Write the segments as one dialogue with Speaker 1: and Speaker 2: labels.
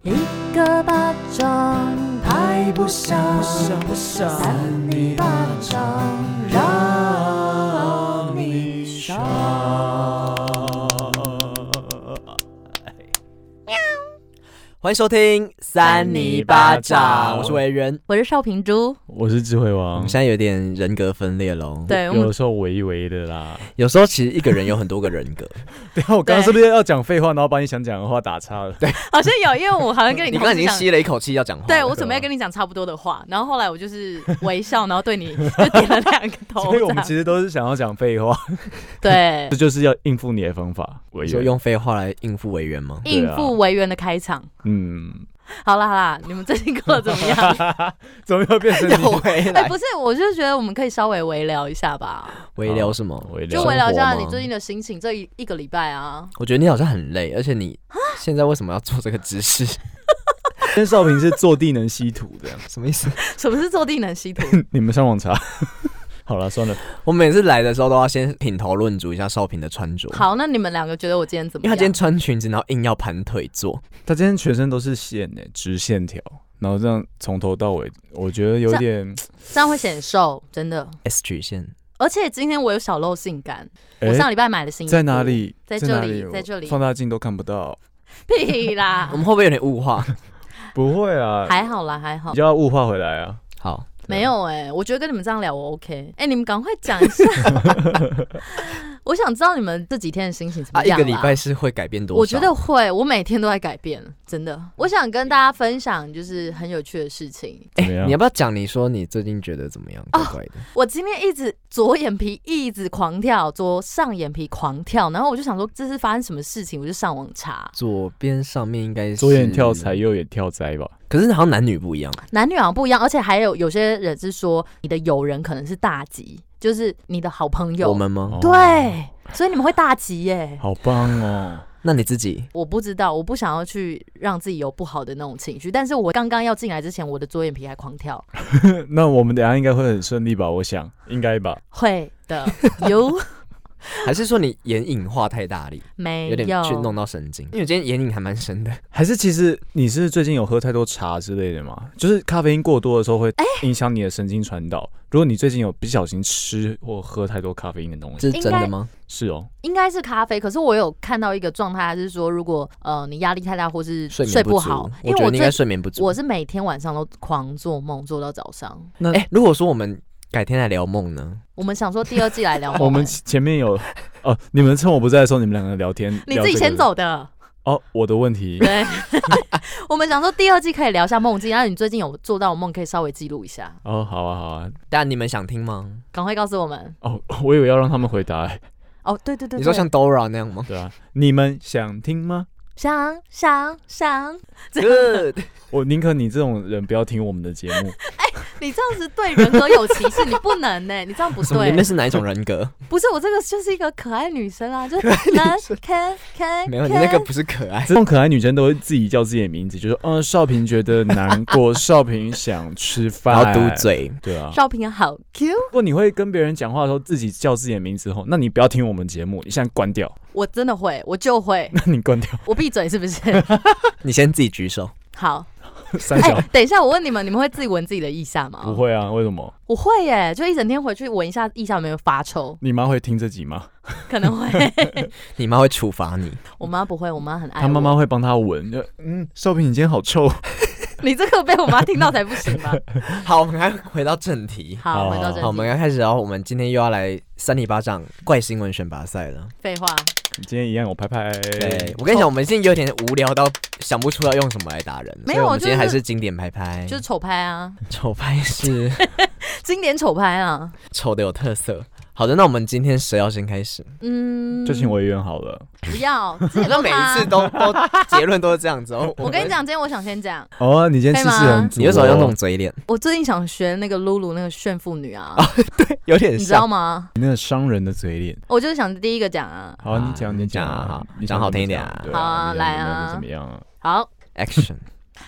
Speaker 1: 一个巴掌拍不响，
Speaker 2: 不想
Speaker 1: 扇你巴掌让你爽。
Speaker 2: 欢迎收听《三
Speaker 1: 泥
Speaker 2: 泥
Speaker 1: 巴
Speaker 2: 巴
Speaker 1: 掌
Speaker 2: 掌》，我是维仁。
Speaker 1: 我是少平猪，
Speaker 3: 我是智慧
Speaker 2: 我
Speaker 3: 王
Speaker 2: 们，现在有点人格分裂喽。，
Speaker 1: 对
Speaker 3: 有
Speaker 1: 我们
Speaker 3: 的时候唯一唯一的 啦。
Speaker 2: 有时候其实一个人有很多个人格。
Speaker 3: 对啊，我刚刚是不是要讲废话，然后把你想讲的话打岔了？对，
Speaker 1: 好像哦有，因为我好像跟你
Speaker 2: 你
Speaker 1: 同
Speaker 2: 刚刚
Speaker 1: 事
Speaker 2: 已经
Speaker 1: 讲。
Speaker 2: 吸了一口气要讲话了。
Speaker 1: 对，我准备跟你讲差不多的话，然后后来我就是微笑，然后对你 就点了两个头，
Speaker 3: 所以我
Speaker 1: 这
Speaker 3: 们
Speaker 1: 样
Speaker 3: 其实都是想要讲废话，
Speaker 1: 对
Speaker 3: 这就是要应付你的方法。我
Speaker 2: 你说用废话来应付维园吗？
Speaker 1: 应付维园的开场。
Speaker 3: 嗯，
Speaker 1: 好啦好啦，你们最近过得怎么样？
Speaker 3: 怎么又变成
Speaker 2: 又回
Speaker 1: 哎、
Speaker 2: 来
Speaker 1: 不是，我就觉得我们可以稍微微聊一吗吧，
Speaker 2: 微聊什么？
Speaker 3: 微
Speaker 1: 就
Speaker 3: 聊
Speaker 1: 微聊一
Speaker 2: 生
Speaker 1: 下
Speaker 2: 活吗
Speaker 1: 你最近的心情，这一一个礼拜啊，
Speaker 2: 我觉得你好像很累，而且你现在为什么要做这个姿势？
Speaker 3: 跟少平是坐地能吸土的，
Speaker 2: 什么意思？
Speaker 1: 什么是坐地 能吸土？
Speaker 3: 你们上网查。好了，算了，
Speaker 2: 我每次来的时候都要先品头论足一下少平的穿着。
Speaker 1: 好，那你们两个觉得我今天怎么
Speaker 2: 因为
Speaker 1: 样？
Speaker 2: 他今天穿裙子，然后硬要盘腿坐，
Speaker 3: 他今天全身都是线诶、直线条，然后这样从头到尾，我觉得有
Speaker 1: 这
Speaker 3: 点，
Speaker 1: 这样会显瘦，真的。
Speaker 2: S 曲线，
Speaker 1: 而且今天我有小露性感，我
Speaker 3: 诶
Speaker 1: 上礼拜买的新衣服
Speaker 3: 在哪？里？
Speaker 1: 在
Speaker 3: 哪
Speaker 1: 这里
Speaker 3: 我
Speaker 1: 在这里
Speaker 3: 放大镜都看不到。
Speaker 1: 屁啦
Speaker 2: 我，们会不会有点物 化？
Speaker 3: 不会啊，
Speaker 1: 还好啦，还好
Speaker 3: 你，就要物化回来啊。
Speaker 2: 好，
Speaker 1: 没有哎、我觉得跟你们这样聊我 OK。哎、你们赶快讲 一下，我想知道你们这几天的心情怎
Speaker 2: 啊，
Speaker 1: 么
Speaker 2: 一
Speaker 1: 样啦、
Speaker 2: 个礼拜是会改变多少？
Speaker 1: 我觉得会，我每天都在改变，真的。我想跟大家分享就是很有趣的事情。
Speaker 2: 哎、
Speaker 3: 怎么样
Speaker 2: 你要不要讲？你说你最近觉得怎么样？
Speaker 1: 哦
Speaker 2: 怪怪的，
Speaker 1: 我今天一直左眼皮一直狂跳，左上眼皮狂跳，然后我就想说这是发生什么事情，我就上网查。
Speaker 2: 左边上面应该是
Speaker 3: 左眼跳财，，右眼跳灾吧。
Speaker 2: 可是好像男女不一样。
Speaker 1: 男女好像不一样，而且还有有些人是说你的友人可能是大吉，就是你的好朋友。
Speaker 2: 我们吗？
Speaker 3: 哦
Speaker 1: 对，所以你们会大吉耶。
Speaker 3: 好棒哦！
Speaker 2: 那你自 己
Speaker 1: 我不知道，我不想要去让自己有不好的那种情绪，但是我刚刚要进来之前，我的左眼皮还狂跳。
Speaker 3: 那我们等一下应该会很顺利吧？我想应该吧。
Speaker 1: 会的，有
Speaker 2: 还是说你眼影画太大力，
Speaker 1: 没
Speaker 2: 有点去
Speaker 1: 有？
Speaker 2: 弄到神经？因为我今天眼影还蛮深的。
Speaker 3: 还是其实你是最近有喝太多茶之类的吗？就是咖啡因过多的时候会
Speaker 1: 哎
Speaker 3: 影响你的神经传导。如果你最近有不小心吃或喝太多咖啡因的东西，
Speaker 2: 这是真的吗？
Speaker 3: 是哦，
Speaker 1: 应该是咖啡，可是我有看到一个状态，它是说如果呃你压力太大或是
Speaker 2: 睡
Speaker 1: 睡
Speaker 2: 眠
Speaker 1: 不
Speaker 2: 不
Speaker 1: 好
Speaker 2: 足，，
Speaker 1: 因为
Speaker 2: 觉
Speaker 1: 我
Speaker 2: 得你应该
Speaker 1: 最
Speaker 2: 睡眠不足。
Speaker 1: 我是每天晚上都狂做梦，做到早上。
Speaker 2: 哎、如果说我们改天来聊梦呢？
Speaker 1: 我们想说第二季来聊 梦，
Speaker 3: 我们前面有哦，你们趁我不在的时候，你们两个聊天，
Speaker 1: 你
Speaker 3: 聊
Speaker 1: 自己
Speaker 3: 这个
Speaker 1: 先走的。
Speaker 3: 哦。我的问题，
Speaker 1: 对，我们想说第二季可以聊一下梦境，然后你最近有做到的梦，可以稍微记录一下，
Speaker 3: 哦，好啊，好啊，
Speaker 2: 但你们想听吗？
Speaker 1: 赶快告诉我们。
Speaker 3: 哦，我以为要让他们回答、哎
Speaker 1: 哦，对对对
Speaker 2: 你说
Speaker 1: 对
Speaker 2: 像 Dora 那样 吗
Speaker 3: 对啊，你们想听吗？
Speaker 1: 想想想，
Speaker 2: ？Good，
Speaker 3: 我宁可你这种人不要听我们的节目。
Speaker 1: 你这样子对人格有歧视，你不能呢、你这样不
Speaker 2: 什么？
Speaker 1: 对。
Speaker 2: 你们是哪一种人格？
Speaker 1: 不是我这个就是一个可爱女生啊，就是能看 看
Speaker 2: 没有，你那个不是可爱。
Speaker 3: 这种可爱女生都会自己叫自己的名字，就说：“嗯，少平觉得难过，少平想吃
Speaker 2: 然
Speaker 3: 饭。”
Speaker 2: 后嘟。嘴，
Speaker 3: 对啊，
Speaker 1: 照片好 Q，
Speaker 3: 如果你会跟别人讲话的时候自己叫自己的名字后，那你不要听我们节目，你现在关掉，
Speaker 1: 我真的会，我就 会，
Speaker 3: 那你关掉
Speaker 1: 我闭嘴是不是？
Speaker 2: 你先自己举手。
Speaker 1: 好，
Speaker 3: 三
Speaker 1: 哎、
Speaker 3: 小。
Speaker 1: 等一下我问你们，你们会自己闻自己的腋下吗？
Speaker 3: 不，会啊，为什么？
Speaker 1: 我会耶，就一整天回去闻一下腋下有没有发 臭，
Speaker 3: 你妈会听这集吗？
Speaker 1: 可能会。
Speaker 2: 你妈会处罚你。
Speaker 1: 我妈不会，我妈很爱
Speaker 3: 她
Speaker 1: 我
Speaker 3: 妈妈，会帮她闻。就嗯，少平，你今天好臭。
Speaker 1: 你这个被我妈听到才不行 吧？
Speaker 2: 好，我们还回到正题。
Speaker 1: 好，
Speaker 3: 好
Speaker 1: 回到正
Speaker 2: 好，我
Speaker 1: 题，
Speaker 2: 们要开始哦聊，我们今天又要来三里巴掌怪新闻选拔赛了。
Speaker 1: 废话，
Speaker 2: 哎
Speaker 3: 你今天一样，我拍拍。
Speaker 2: 对，我跟你讲，我们现在有点无聊到想不出要用什么来打人了，
Speaker 1: 没有
Speaker 2: 所以我们
Speaker 1: 就是
Speaker 2: 今天还是经典拍拍，
Speaker 1: 就是丑拍啊，
Speaker 2: 丑拍是
Speaker 1: 经典丑拍啊，
Speaker 2: 丑的有特色。好的，那我们今天谁要先开始？
Speaker 1: 嗯，
Speaker 3: 就请委员好了。
Speaker 1: 不要，自
Speaker 2: 好
Speaker 1: 己都
Speaker 2: 像每一次
Speaker 1: 他。
Speaker 2: 都 都结论都是这样子哦。
Speaker 1: 我跟你，讲，今天我想先 讲，
Speaker 3: 哦，你今天
Speaker 1: 可以
Speaker 3: 气
Speaker 1: 吗
Speaker 3: 势很足哦。
Speaker 2: 你为什么要那种嘴脸？
Speaker 1: 我最近想学那个露露那个炫富女啊，
Speaker 2: 有点
Speaker 1: 你知道
Speaker 2: 像。
Speaker 1: 吗？
Speaker 3: 你那个商人的嘴脸？
Speaker 1: 我就是想第一个讲啊。
Speaker 3: 好，
Speaker 2: 啊
Speaker 3: 你讲，你讲
Speaker 2: 讲啊
Speaker 3: 啊，你
Speaker 2: 讲好听一点啊
Speaker 3: 你讲对
Speaker 1: 好啊
Speaker 3: 你
Speaker 1: 来
Speaker 3: 你
Speaker 1: 啊
Speaker 3: 怎么样啊？？
Speaker 1: 好
Speaker 2: Action，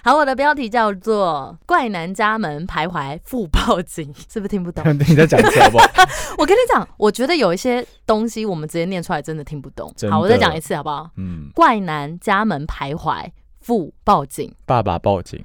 Speaker 1: 好，我的标题叫做《怪男家门徘徊复报警》， 是不是听不懂
Speaker 3: 你再讲一次好不好？
Speaker 1: 我跟你讲，我觉得有一些东西我们直接念出来真的听不懂。
Speaker 3: 真的
Speaker 1: 好，我再讲一次好不好？
Speaker 3: 嗯，
Speaker 1: 怪男家门徘徊妇报警，
Speaker 3: 爸爸报警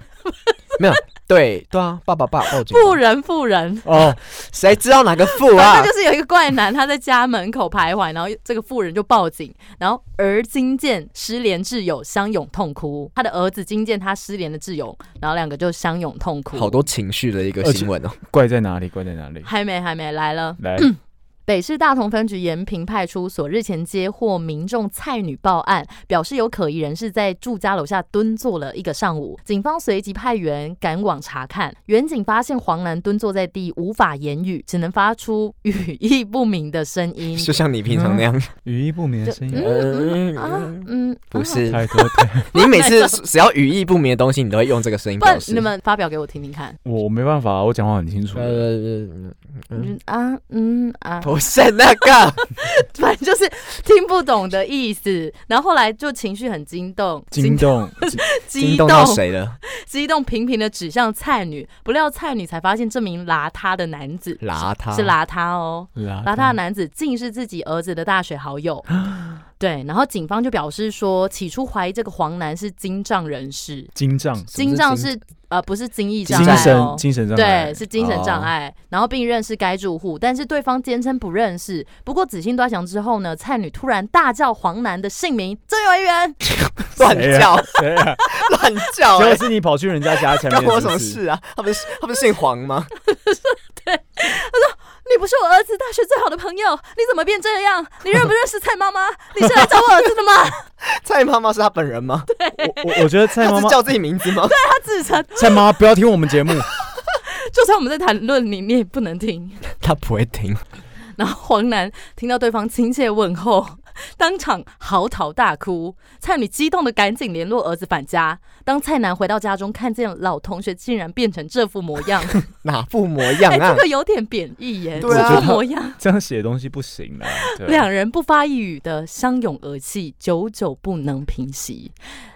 Speaker 2: 没有，对对啊，爸爸爸报警，
Speaker 1: 妇人妇人。
Speaker 3: 哦，
Speaker 2: 谁知道哪个富
Speaker 1: 反
Speaker 2: 啊
Speaker 1: 正？就是有一个怪男，他在家门口徘徊，然后这个妇人就报警，然后儿金健失联挚友相拥痛哭，他的儿子金健他失联的挚友，然后两个就相拥痛哭。
Speaker 2: 好多情绪的一个新闻哦，
Speaker 3: 怪在哪里？怪在 哪里？
Speaker 1: 还没还没来了。
Speaker 3: 来，
Speaker 1: 北市大同分局延平派出所日前接获民众蔡女报案，表示有可疑人士在住家楼下蹲坐了一个上午。警方随即派员赶往查看，远警发现黄楠蹲坐在地，无法言语，只能发出语义不明嗯的声 音。
Speaker 2: 就像你平常那样。
Speaker 3: 语义不明的声音，
Speaker 1: 嗯嗯啊
Speaker 2: 嗯，
Speaker 1: 嗯，
Speaker 2: 不
Speaker 1: 啊。
Speaker 2: 是，
Speaker 3: 太多太，
Speaker 2: 你每次只要语义不明的东西，你都会用这个声音
Speaker 1: 不然
Speaker 2: 表示。
Speaker 1: 你们发表给我听听看。
Speaker 3: 我没办法，我讲话很清楚。
Speaker 2: 呃，嗯
Speaker 1: 嗯啊，嗯啊，
Speaker 2: 不是那个，
Speaker 1: 反正就是听不懂的意思。然后后来就情绪很惊动，
Speaker 3: 惊动，
Speaker 1: 激
Speaker 2: 动到谁了？
Speaker 1: 激动频频的指向蔡女，不料蔡女才发现这名邋遢的男子
Speaker 2: 邋遢
Speaker 1: 是邋遢哦。
Speaker 3: 邋
Speaker 1: 邋遢的男子竟是自己儿子的大学 好友，对，然后警方就表示说，起初怀疑这个黄男是精障人士，
Speaker 3: 精障，
Speaker 2: 什么
Speaker 1: 精
Speaker 2: 是
Speaker 1: 障是呃不是精益障
Speaker 3: 精
Speaker 1: 碍哦
Speaker 3: 神，精神障碍
Speaker 1: 对，，是精神障碍，然后并认识该住户，但是对方坚称不认识。不过仔细端详之后呢，蔡女突然大叫黄男的姓名，真有一人，
Speaker 2: 乱叫
Speaker 3: 对啊，
Speaker 2: 乱叫、
Speaker 3: 结果
Speaker 2: 欸，
Speaker 3: 是你跑去人家家前面，
Speaker 2: 关我什
Speaker 3: 是
Speaker 2: 么
Speaker 3: 不是？
Speaker 2: 事啊？他不是他不是姓黄吗？
Speaker 1: 你不是我儿子大学最好的朋友，你怎么变这样？你认不认识蔡妈妈？你是来找我儿子的吗？
Speaker 2: 蔡妈妈是他本人吗？
Speaker 3: 我我我觉得 蔡
Speaker 2: 他
Speaker 3: 妈
Speaker 2: 是
Speaker 3: 妈，
Speaker 2: 叫自己名字 吗？
Speaker 1: 他自称，
Speaker 3: 蔡妈妈不要听我们节目，
Speaker 1: 就算我们在谈论你，你也不能听。
Speaker 2: 他不会听，
Speaker 1: 哎然后黄楠听到对方亲切问候，当场嚎啕大哭。蔡女激动的赶紧联络儿子返家。当蔡楠回到家中，看见老同学竟然变成这副模样，
Speaker 2: 哪副模样
Speaker 1: 哎、
Speaker 2: 啊
Speaker 1: 这？个有点贬义耶，
Speaker 2: 对啊
Speaker 1: 这副模样。
Speaker 3: 这样写东西不行的。对
Speaker 1: 两人不发一语的相拥而泣，久久不能平息。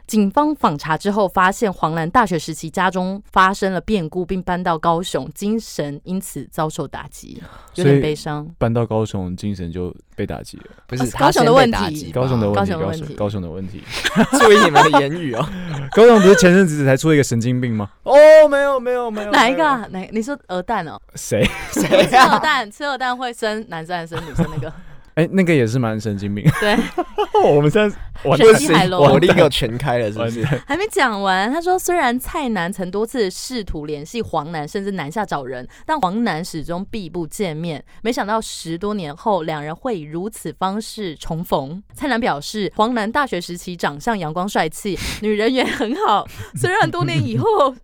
Speaker 1: 警方访查之后，发现黄兰大学时期家中发生了变故，并搬到高雄，精神因此遭受打击，有
Speaker 3: 所
Speaker 1: 点
Speaker 3: 以
Speaker 1: 悲伤。
Speaker 3: 搬到高雄，精神就被打击了。
Speaker 2: 不
Speaker 1: 啊
Speaker 2: 是
Speaker 1: 是高雄的问题
Speaker 2: 他先被打击吧
Speaker 3: 高雄的问
Speaker 1: 高
Speaker 3: 题，
Speaker 1: 雄的
Speaker 3: 高
Speaker 1: 问题
Speaker 3: 雄高雄的问题，
Speaker 2: 注意你们的言语 哦。
Speaker 3: 高雄不是前阵子才出了一个神经病吗？
Speaker 2: 哦，没有没有没有，
Speaker 1: 哪一个、
Speaker 2: 没
Speaker 1: 啊？哪？你说鹅蛋哦？
Speaker 3: 谁？
Speaker 2: 有？谁
Speaker 1: 吃鹅
Speaker 2: 啊？
Speaker 1: 蛋，吃鹅蛋会生男生还是生女生？那个
Speaker 3: 哎，那个也是蛮神经病。
Speaker 1: 对，
Speaker 3: 我们现在完
Speaker 1: 神
Speaker 3: 蛋
Speaker 2: 不
Speaker 1: 经海
Speaker 2: 行，
Speaker 1: 龙
Speaker 2: 我立刻全开了，是不
Speaker 3: 完
Speaker 2: 是？
Speaker 3: 蛋，
Speaker 1: 还没讲完。他说，虽然蔡楠曾多次试图联系黄楠，甚至南下找人，但黄楠始终避不见面。没想到十多年后，两人会以如此方式重逢。蔡楠表示，黄楠大学时期长相阳光帅气， 女人缘很好，虽然多年以后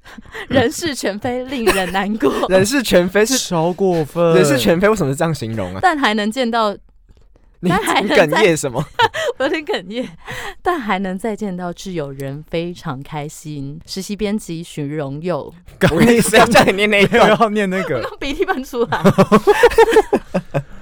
Speaker 1: 人事全非，令人难过，
Speaker 2: 人是全非是
Speaker 3: 超过分，
Speaker 2: 人是全非，为什么是这样形容啊？
Speaker 1: 但还能见到，
Speaker 2: 你
Speaker 1: 但还
Speaker 2: 你
Speaker 1: 能
Speaker 2: 哽
Speaker 1: 在
Speaker 2: 咽什么？
Speaker 1: 有点哽咽，但还能再见到挚友人，非常开心。实习编辑许荣 佑，
Speaker 2: 我跟你谁叫你念那一
Speaker 3: 没有
Speaker 2: 段？
Speaker 3: 要念那个，
Speaker 1: 用鼻涕喷出 来，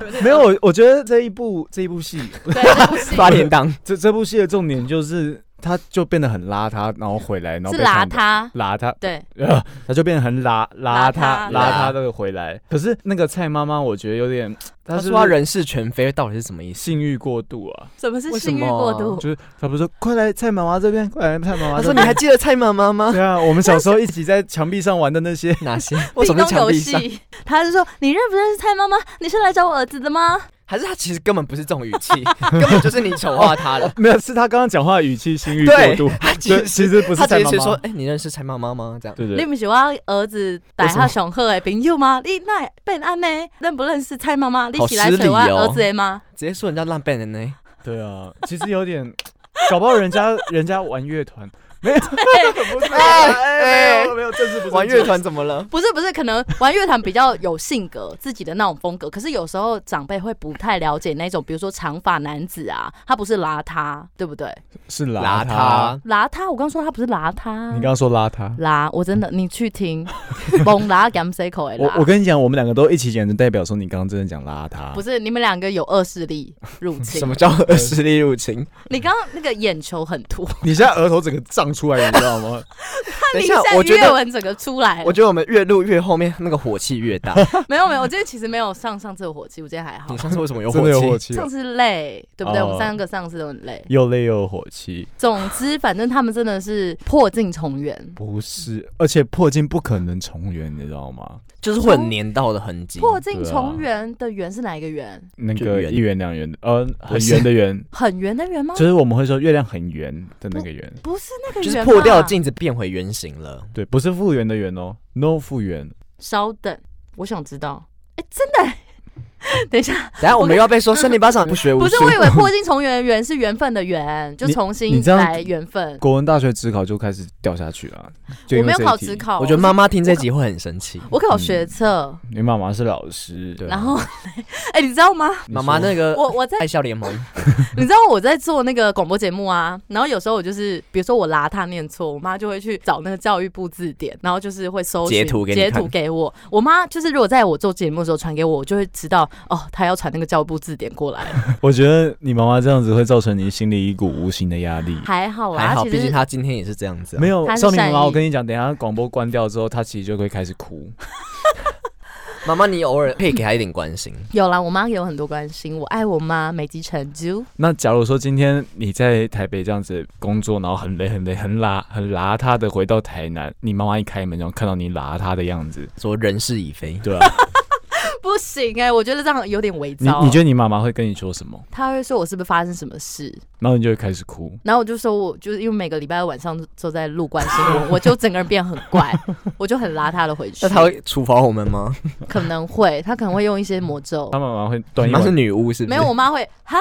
Speaker 3: 没有。我我觉得这一部这一部戏，
Speaker 1: 对，这不是
Speaker 2: 八点档，
Speaker 3: 这这部戏的重点就是，他就变得很邋遢，然后回来，然后
Speaker 1: 是
Speaker 3: 被
Speaker 1: 邋
Speaker 3: 看到
Speaker 1: 遢，
Speaker 3: 邋遢，
Speaker 1: 对，
Speaker 3: 呃，他就变得很邋邋
Speaker 1: 邋遢
Speaker 3: 遢邋
Speaker 2: 啊
Speaker 3: 遢的回来。可是那个蔡妈妈，我觉得有点，
Speaker 2: 他
Speaker 3: 她是
Speaker 2: 说
Speaker 3: 不
Speaker 2: 他
Speaker 3: 是
Speaker 2: 人事全非到底是什么意思？
Speaker 3: 性欲过度啊？
Speaker 1: 什么是
Speaker 2: 为什
Speaker 1: 性欲
Speaker 2: 么啊
Speaker 1: 过度？
Speaker 3: 就是她不是说快来蔡妈妈这边，快来蔡妈妈
Speaker 2: 他
Speaker 3: 这
Speaker 2: 说你还
Speaker 3: 边。
Speaker 2: 记得蔡妈妈 吗？
Speaker 3: 对啊，我们小时候一起在墙壁上玩的那些，
Speaker 2: 哪些？ 为什
Speaker 1: 壁
Speaker 2: 么是
Speaker 1: 咚
Speaker 2: 墙
Speaker 1: 游
Speaker 2: 壁上？
Speaker 1: 戏， 他是说你认不认识蔡妈妈？你是来找我儿子的吗？
Speaker 2: 还是他其实根本不是这种语气， 根本就是你丑化他了。
Speaker 3: 没有，是她刚刚讲话的语气性欲过
Speaker 2: 对
Speaker 3: 度，，
Speaker 2: 他其
Speaker 3: 对，
Speaker 2: 实
Speaker 3: 其实不是
Speaker 2: 他
Speaker 3: 蔡
Speaker 2: 其
Speaker 3: 妈
Speaker 2: 实说
Speaker 3: 妈，，
Speaker 2: 哎，你认识蔡妈妈吗？这样，
Speaker 3: 对
Speaker 1: 你
Speaker 3: 对，
Speaker 1: 不喜欢儿子逮
Speaker 2: 为什
Speaker 1: 他
Speaker 2: 么
Speaker 1: 上课的朋友吗？你那被安呢？认不认识蔡妈妈？你
Speaker 2: 好
Speaker 1: 起来
Speaker 2: 失
Speaker 1: 喜欢
Speaker 2: 礼哦
Speaker 1: 儿子的吗？
Speaker 2: 直接说人家烂笨人呢。
Speaker 3: 对啊，其实有点， 搞不好人家人家玩乐团，没有，不 是，哎，
Speaker 2: 哎
Speaker 3: 没有没有，正是不是
Speaker 2: 玩乐团怎么了？
Speaker 1: 不是不是，可能玩乐团比较有性格，自己的那种风格。可是有时候长辈会不太了解那种，比如说长发男子啊，他不是邋遢，对不对？
Speaker 3: 是
Speaker 2: 邋
Speaker 3: 邋遢。
Speaker 2: 遢，
Speaker 1: 邋遢，我刚说他不是邋
Speaker 3: 你刚
Speaker 1: 遢，
Speaker 3: 刚说邋遢，
Speaker 1: 邋，我真的，你去听， 猛拉 gam c 口的
Speaker 3: 我我
Speaker 1: 哎邋，
Speaker 3: 跟你讲，我们两个都一起演，代表说你刚刚真的讲邋遢，
Speaker 1: 不是你们两个有恶势 力入侵
Speaker 2: 什。么叫恶势力入侵？
Speaker 1: 你刚刚那个眼球很凸，
Speaker 3: 你现在额头整个胀出来，你知道吗？
Speaker 2: 等一
Speaker 1: 一
Speaker 2: 下
Speaker 1: 下，
Speaker 2: 我觉
Speaker 1: 阅
Speaker 2: 得，
Speaker 1: 文整个出来
Speaker 2: 我觉得我们越录越后面，那个火气 越大。
Speaker 1: 没有没有，我今天其实没有上上次的火气，我今天还好
Speaker 2: 你。上次为什么有
Speaker 3: 真的有
Speaker 2: 火
Speaker 3: 火气
Speaker 2: 气？
Speaker 3: 哦，
Speaker 1: 上次累，对不对？
Speaker 3: 哦
Speaker 1: 我们三个上次都很累。
Speaker 3: 又累又有火气，
Speaker 1: 总之，反正他们真的是破镜重圆。
Speaker 3: 不是，而且破镜不可能重圆，你知道吗？
Speaker 2: 就是会有粘到的痕迹。
Speaker 1: 破镜
Speaker 3: 对啊
Speaker 1: 重圆的圆是哪一个圆？
Speaker 3: 那
Speaker 2: 就
Speaker 3: 个
Speaker 2: 圆
Speaker 3: 一圆两圆的，呃，很
Speaker 2: 不是
Speaker 3: 圆的圆，
Speaker 1: 很圆的圆吗？
Speaker 3: 就是我们会说月亮很圆的那个圆，
Speaker 1: 不是那个
Speaker 2: 就
Speaker 1: 圆吧，
Speaker 2: 是破掉镜子变回原形了。
Speaker 3: 对，不是复原的圆哦，no 复原，
Speaker 1: 稍等，我想知道。哎，真的 欸？等一下，
Speaker 2: 等下我们又要被说生理巴掌不学无
Speaker 1: 不
Speaker 2: 术
Speaker 1: 是，。我以为破镜重圆的圆是缘分的缘，就
Speaker 3: 你
Speaker 1: 重
Speaker 3: 你
Speaker 1: 新
Speaker 3: 这样
Speaker 1: 来缘分。
Speaker 3: 国文大学职考就开始掉下去了，就
Speaker 1: 我
Speaker 3: 因为
Speaker 1: 没有
Speaker 3: 这一
Speaker 1: 考
Speaker 3: 题
Speaker 1: 职，考，
Speaker 2: 我觉得妈妈听这集会很生气。
Speaker 1: 我考学测，
Speaker 3: 你妈妈是老师，
Speaker 2: 嗯对啊哎
Speaker 1: 然后， 哎，你知道吗？
Speaker 3: 你
Speaker 2: 妈妈
Speaker 3: 说
Speaker 2: 那个
Speaker 1: 我我在
Speaker 2: 爱笑联盟，
Speaker 1: 你知道我在做那个广播节目啊，然后有时候我就是，比如说我邋遢念错，我妈就会去找那个教育部字典，然后就是会搜寻
Speaker 2: 截图给你
Speaker 1: 截
Speaker 2: 看
Speaker 1: 图给我。我妈就是如果在我做节目的时候传给我，我就会知道哦，她要传那个教育部字典过来。
Speaker 3: 我觉得你妈妈这样子会造成你心里一股无形的压力。
Speaker 1: 还好啦，
Speaker 2: 还好，
Speaker 1: 其
Speaker 2: 毕
Speaker 1: 实
Speaker 2: 竟她今天也是这样子啊。
Speaker 3: 没有
Speaker 1: 她是
Speaker 3: 少女妈
Speaker 1: 善
Speaker 3: 妈，
Speaker 1: 意
Speaker 3: 我跟你讲，等一下广播关掉之后，她其实就会开始哭。
Speaker 2: 妈妈，你偶尔可以给她一点关心。
Speaker 1: 有啦，我妈有很多关心，我爱我妈，美极成就。
Speaker 3: 那假如说今天你在台北这样子工作，然后很累很累很邋很邋遢的回到台南，你妈妈一开门然后看到你邋遢的样子，
Speaker 2: 说人事已非，
Speaker 3: 对啊，
Speaker 1: 不行哎、我觉得这样有点违
Speaker 3: 你
Speaker 1: 章。
Speaker 3: 你觉得你妈妈会跟你说什么？
Speaker 1: 她会说我是不是发生什么事？
Speaker 3: 然后你就会开始哭。
Speaker 1: 然后我就说我就是因为每个礼拜晚上都在 录关心我，我就整个人变很怪，我就很邋遢的回去。
Speaker 2: 那她会处罚我们吗？
Speaker 1: 可能会，他可能会用一些魔咒
Speaker 3: 她。妈哦妈会端一
Speaker 2: 你妈是
Speaker 3: 碗，
Speaker 2: 女巫是不
Speaker 1: 没
Speaker 2: 是？
Speaker 1: 有，我妈会哈，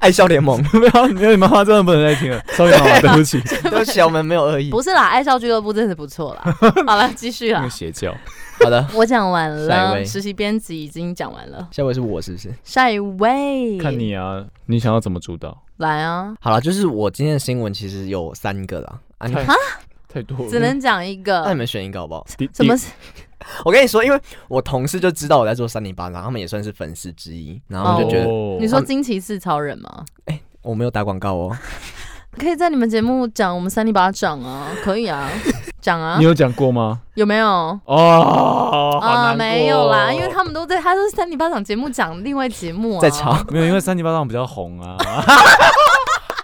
Speaker 2: 爱笑联 盟，
Speaker 3: 没 有没有，你妈妈真的不能再听 了，少女妈妈，对不
Speaker 1: 啊
Speaker 3: 起，
Speaker 2: 对不起，我们没有恶意。
Speaker 1: 不是啦，爱笑俱乐部真的是不错 啦。好了，继续
Speaker 3: 那
Speaker 1: 啦
Speaker 3: 个。邪教。
Speaker 2: 好的，
Speaker 1: 我讲完
Speaker 2: 下一
Speaker 1: 了，
Speaker 2: 位
Speaker 1: 实习编辑已经讲完了，
Speaker 2: 下一位是我是不是？
Speaker 1: 下一位，
Speaker 3: 看你啊，你想要怎么主导？
Speaker 1: 来啊，
Speaker 2: 好了，就是我今天的新闻其实有三个啦，啊，你
Speaker 3: 太
Speaker 1: 啊
Speaker 3: 太多了，
Speaker 1: 只能讲一
Speaker 2: 那
Speaker 1: 个
Speaker 2: 你。们选一个好不好？
Speaker 3: 第
Speaker 1: 什么
Speaker 3: 第？
Speaker 2: 我跟你说，因为我同事就知道我在做三零八，然后他们也算是粉丝之一，然后就觉得、
Speaker 3: 哦
Speaker 1: 你说惊奇四超人吗？
Speaker 2: 我没有打广告哦，
Speaker 1: 可以在你们节目讲我们三里巴掌啊，可以啊，讲啊
Speaker 3: 你，有讲过吗？
Speaker 1: 有没有？
Speaker 3: 哦，好难过
Speaker 1: 啊没有啦，因为他们都在，他都是三里巴掌节目讲另外节目啊。
Speaker 2: 哦在 吵。
Speaker 3: 没有，因为三级巴掌比较红啊。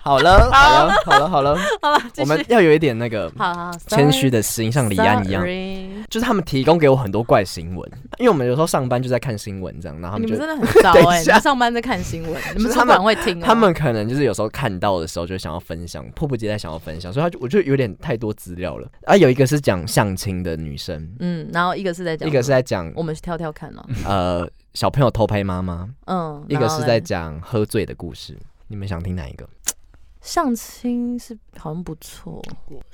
Speaker 2: 好了，好了，好了，好了，
Speaker 1: 好了，继
Speaker 2: 我们
Speaker 1: 续。
Speaker 2: 要有一点那个
Speaker 1: 好好，
Speaker 2: 谦虚的心，像李安一样。
Speaker 1: 样。
Speaker 2: 就是他们提供给我很多怪新闻，因为我们有时候上班就在看新闻这样，然后他
Speaker 1: 你
Speaker 2: 们就
Speaker 1: 们真的很糟
Speaker 2: 等一
Speaker 1: 哎、你
Speaker 2: 下
Speaker 1: 们上班在看新 闻，你
Speaker 2: 就
Speaker 1: 们
Speaker 2: 是
Speaker 1: 主
Speaker 2: 他们
Speaker 1: 管会听、哦。
Speaker 2: 他们可能就是有时候看到的时候就想要分享，迫不及待想要分享，所以他就我就有点太多资料了。啊，有一个是讲相亲的女生，
Speaker 1: 嗯，然后一个是在讲，
Speaker 2: 一个是在讲
Speaker 1: 我们去跳跳 看了，
Speaker 2: 呃小朋友偷拍妈妈，
Speaker 1: 嗯，
Speaker 2: 一个是
Speaker 1: 然后
Speaker 2: 在
Speaker 1: 嘞
Speaker 2: 讲喝醉的故事。你们想听哪一个？
Speaker 1: 相亲是好像不错，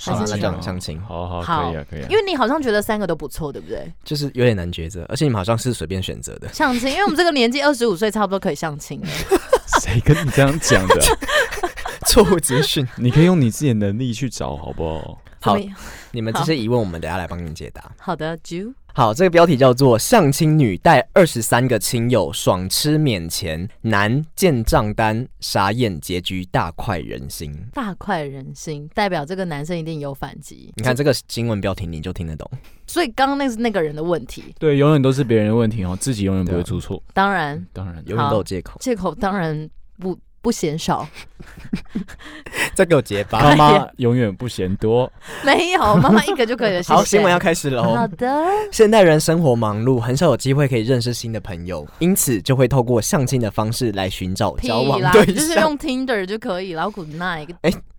Speaker 2: 好
Speaker 1: 还
Speaker 2: 了，
Speaker 1: 是
Speaker 2: 那
Speaker 1: 去
Speaker 2: 讲相亲，
Speaker 3: 好好
Speaker 1: 好
Speaker 3: 可以啊，可以啊。
Speaker 1: 因为你好像觉得三个都不错，对不 对？
Speaker 2: 就是有点难抉择，而且你们好像是随便选择的。
Speaker 1: 相亲，因为我们这个年纪二十五岁差不多可以相亲了。
Speaker 3: 谁跟你这样讲 的？
Speaker 2: 错误资 讯。
Speaker 3: 你可以用你自己的能力去找，好不好？
Speaker 2: 好
Speaker 1: 怎么，样，
Speaker 2: 你们这些疑问，我们等一下来帮你们解答。
Speaker 1: 好的，Ju，
Speaker 2: 好，这个标题叫做“相亲女带二十三个亲友爽吃免钱，男见账单傻眼，结局大快人心
Speaker 1: 大快人心，代表这个男生一定有反击”。。
Speaker 2: 你看这个新闻标题，你就听得懂。
Speaker 1: 所以刚刚那是那个人的问题，
Speaker 3: 对，永远都是别人的问题哦，自己永远不
Speaker 2: 对
Speaker 3: 会
Speaker 2: 啊
Speaker 3: 出错。
Speaker 1: 当然
Speaker 3: 当然，
Speaker 2: 永远都有借 口，
Speaker 1: 借口当然不不 嫌少，
Speaker 2: 再给我结
Speaker 3: 妈
Speaker 2: 巴。
Speaker 1: 哎
Speaker 3: 妈永远不嫌多。
Speaker 1: 没有妈妈一个就可以了。谢谢
Speaker 2: 好，新闻要开始了
Speaker 1: 好
Speaker 2: 哦。
Speaker 1: 的，
Speaker 2: 现代人生活忙碌，很少有机会可以认识新的朋友，因此就会透过相亲的方式来寻找
Speaker 1: 屁
Speaker 2: 交往
Speaker 1: 啦，
Speaker 2: 对
Speaker 1: 就是
Speaker 2: 象。
Speaker 1: 用 Tinder 就可以，老古奈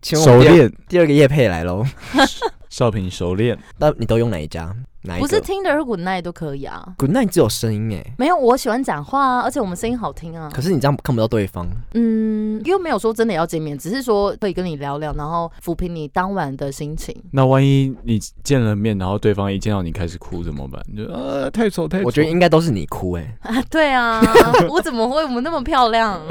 Speaker 2: 请问我们第二
Speaker 3: 练，
Speaker 2: 第二个叶配来喽。
Speaker 3: 少平熟练。
Speaker 2: 那你都用哪一家？哪一
Speaker 1: 不
Speaker 2: 个？
Speaker 1: 是 Tinder 和 Good Night 都可以啊。
Speaker 2: Good Night 只有声音哎，
Speaker 1: 没有，我喜欢讲话啊，而且我们声音好听啊
Speaker 2: 可。是你这样看不到对方。
Speaker 1: 嗯，又没有说真的要见面，只是说可以跟你聊聊，然后抚平你当晚的 心情。
Speaker 3: 那万一你见了面，然后对方一见到你开始哭怎么办？你就呃，太丑太丑。
Speaker 2: 我觉得应该都是你哭哎，
Speaker 1: 啊 对啊，我怎么会我们那么漂亮？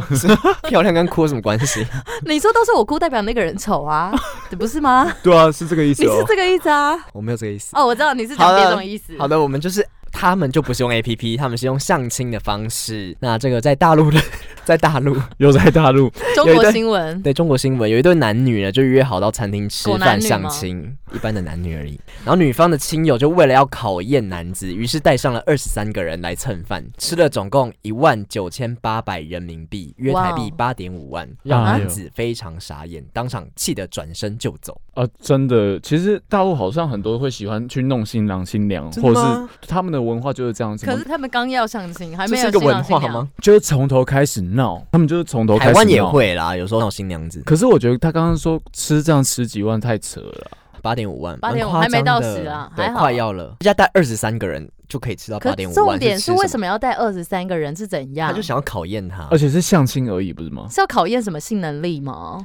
Speaker 2: 漂亮跟哭有什么关系？
Speaker 1: 你说都是我哭，代表那个人丑啊，不 是吗？
Speaker 3: 对啊，是这个意
Speaker 1: 你是。这个意思啊？
Speaker 2: 我没有这个意思。
Speaker 1: 哦，我知道你是讲
Speaker 2: 哦好了
Speaker 1: 别种意思。
Speaker 2: 好的，我们就是他们就不是用 A P P，他们是用相亲的方式。那这个在大陆的， 在大陆
Speaker 3: 又在大陆，
Speaker 1: 中
Speaker 2: 有一
Speaker 1: 国
Speaker 2: 段
Speaker 1: 新闻
Speaker 2: 对中国新闻有一对男女呢，就约好到餐厅吃
Speaker 1: 狗男
Speaker 2: 饭
Speaker 1: 女
Speaker 2: 相
Speaker 1: 吗
Speaker 2: 亲，一般的男女而已。然后女方的亲友就为了要考验男子，于是带上了二十三个人来蹭饭，吃了总共一万九千八百人民币，约台
Speaker 1: 哦
Speaker 2: 币八点五万，让
Speaker 3: 哎呦
Speaker 2: 男子非常傻眼，当场气得转身就走。
Speaker 3: 啊，真的，其实大陆好像很多会喜欢去弄新郎新娘，
Speaker 2: 真的
Speaker 3: 或者
Speaker 2: 吗
Speaker 3: 是他们的文化就是这样子，
Speaker 1: 可是他们刚要相亲，还
Speaker 2: 这
Speaker 1: 没
Speaker 2: 是
Speaker 1: 有
Speaker 2: 一个
Speaker 1: 新郎
Speaker 2: 文
Speaker 1: 新
Speaker 2: 化
Speaker 1: 娘
Speaker 2: 吗？？
Speaker 3: 就是从头开始闹，他们就是从头开
Speaker 2: 台
Speaker 3: 始
Speaker 2: 湾也
Speaker 3: 闹。
Speaker 2: 会啦，有时候那种新娘子
Speaker 3: 可是我觉得他刚刚说吃这样十几万太扯了啊、
Speaker 2: 八点五万，
Speaker 1: 8.5
Speaker 2: 蛮夸张的
Speaker 1: 还没到十啊
Speaker 2: 对
Speaker 1: 还，好
Speaker 2: 快要了，一家带二十三个人就可以吃到
Speaker 1: 可
Speaker 2: 八点五万。
Speaker 1: 重点是为什
Speaker 2: 么？
Speaker 1: 么要带二十三个人是怎样？
Speaker 2: 他就想要考验他
Speaker 3: 而，且是相亲而已，不是吗？
Speaker 1: 是要考验什么性能力 吗？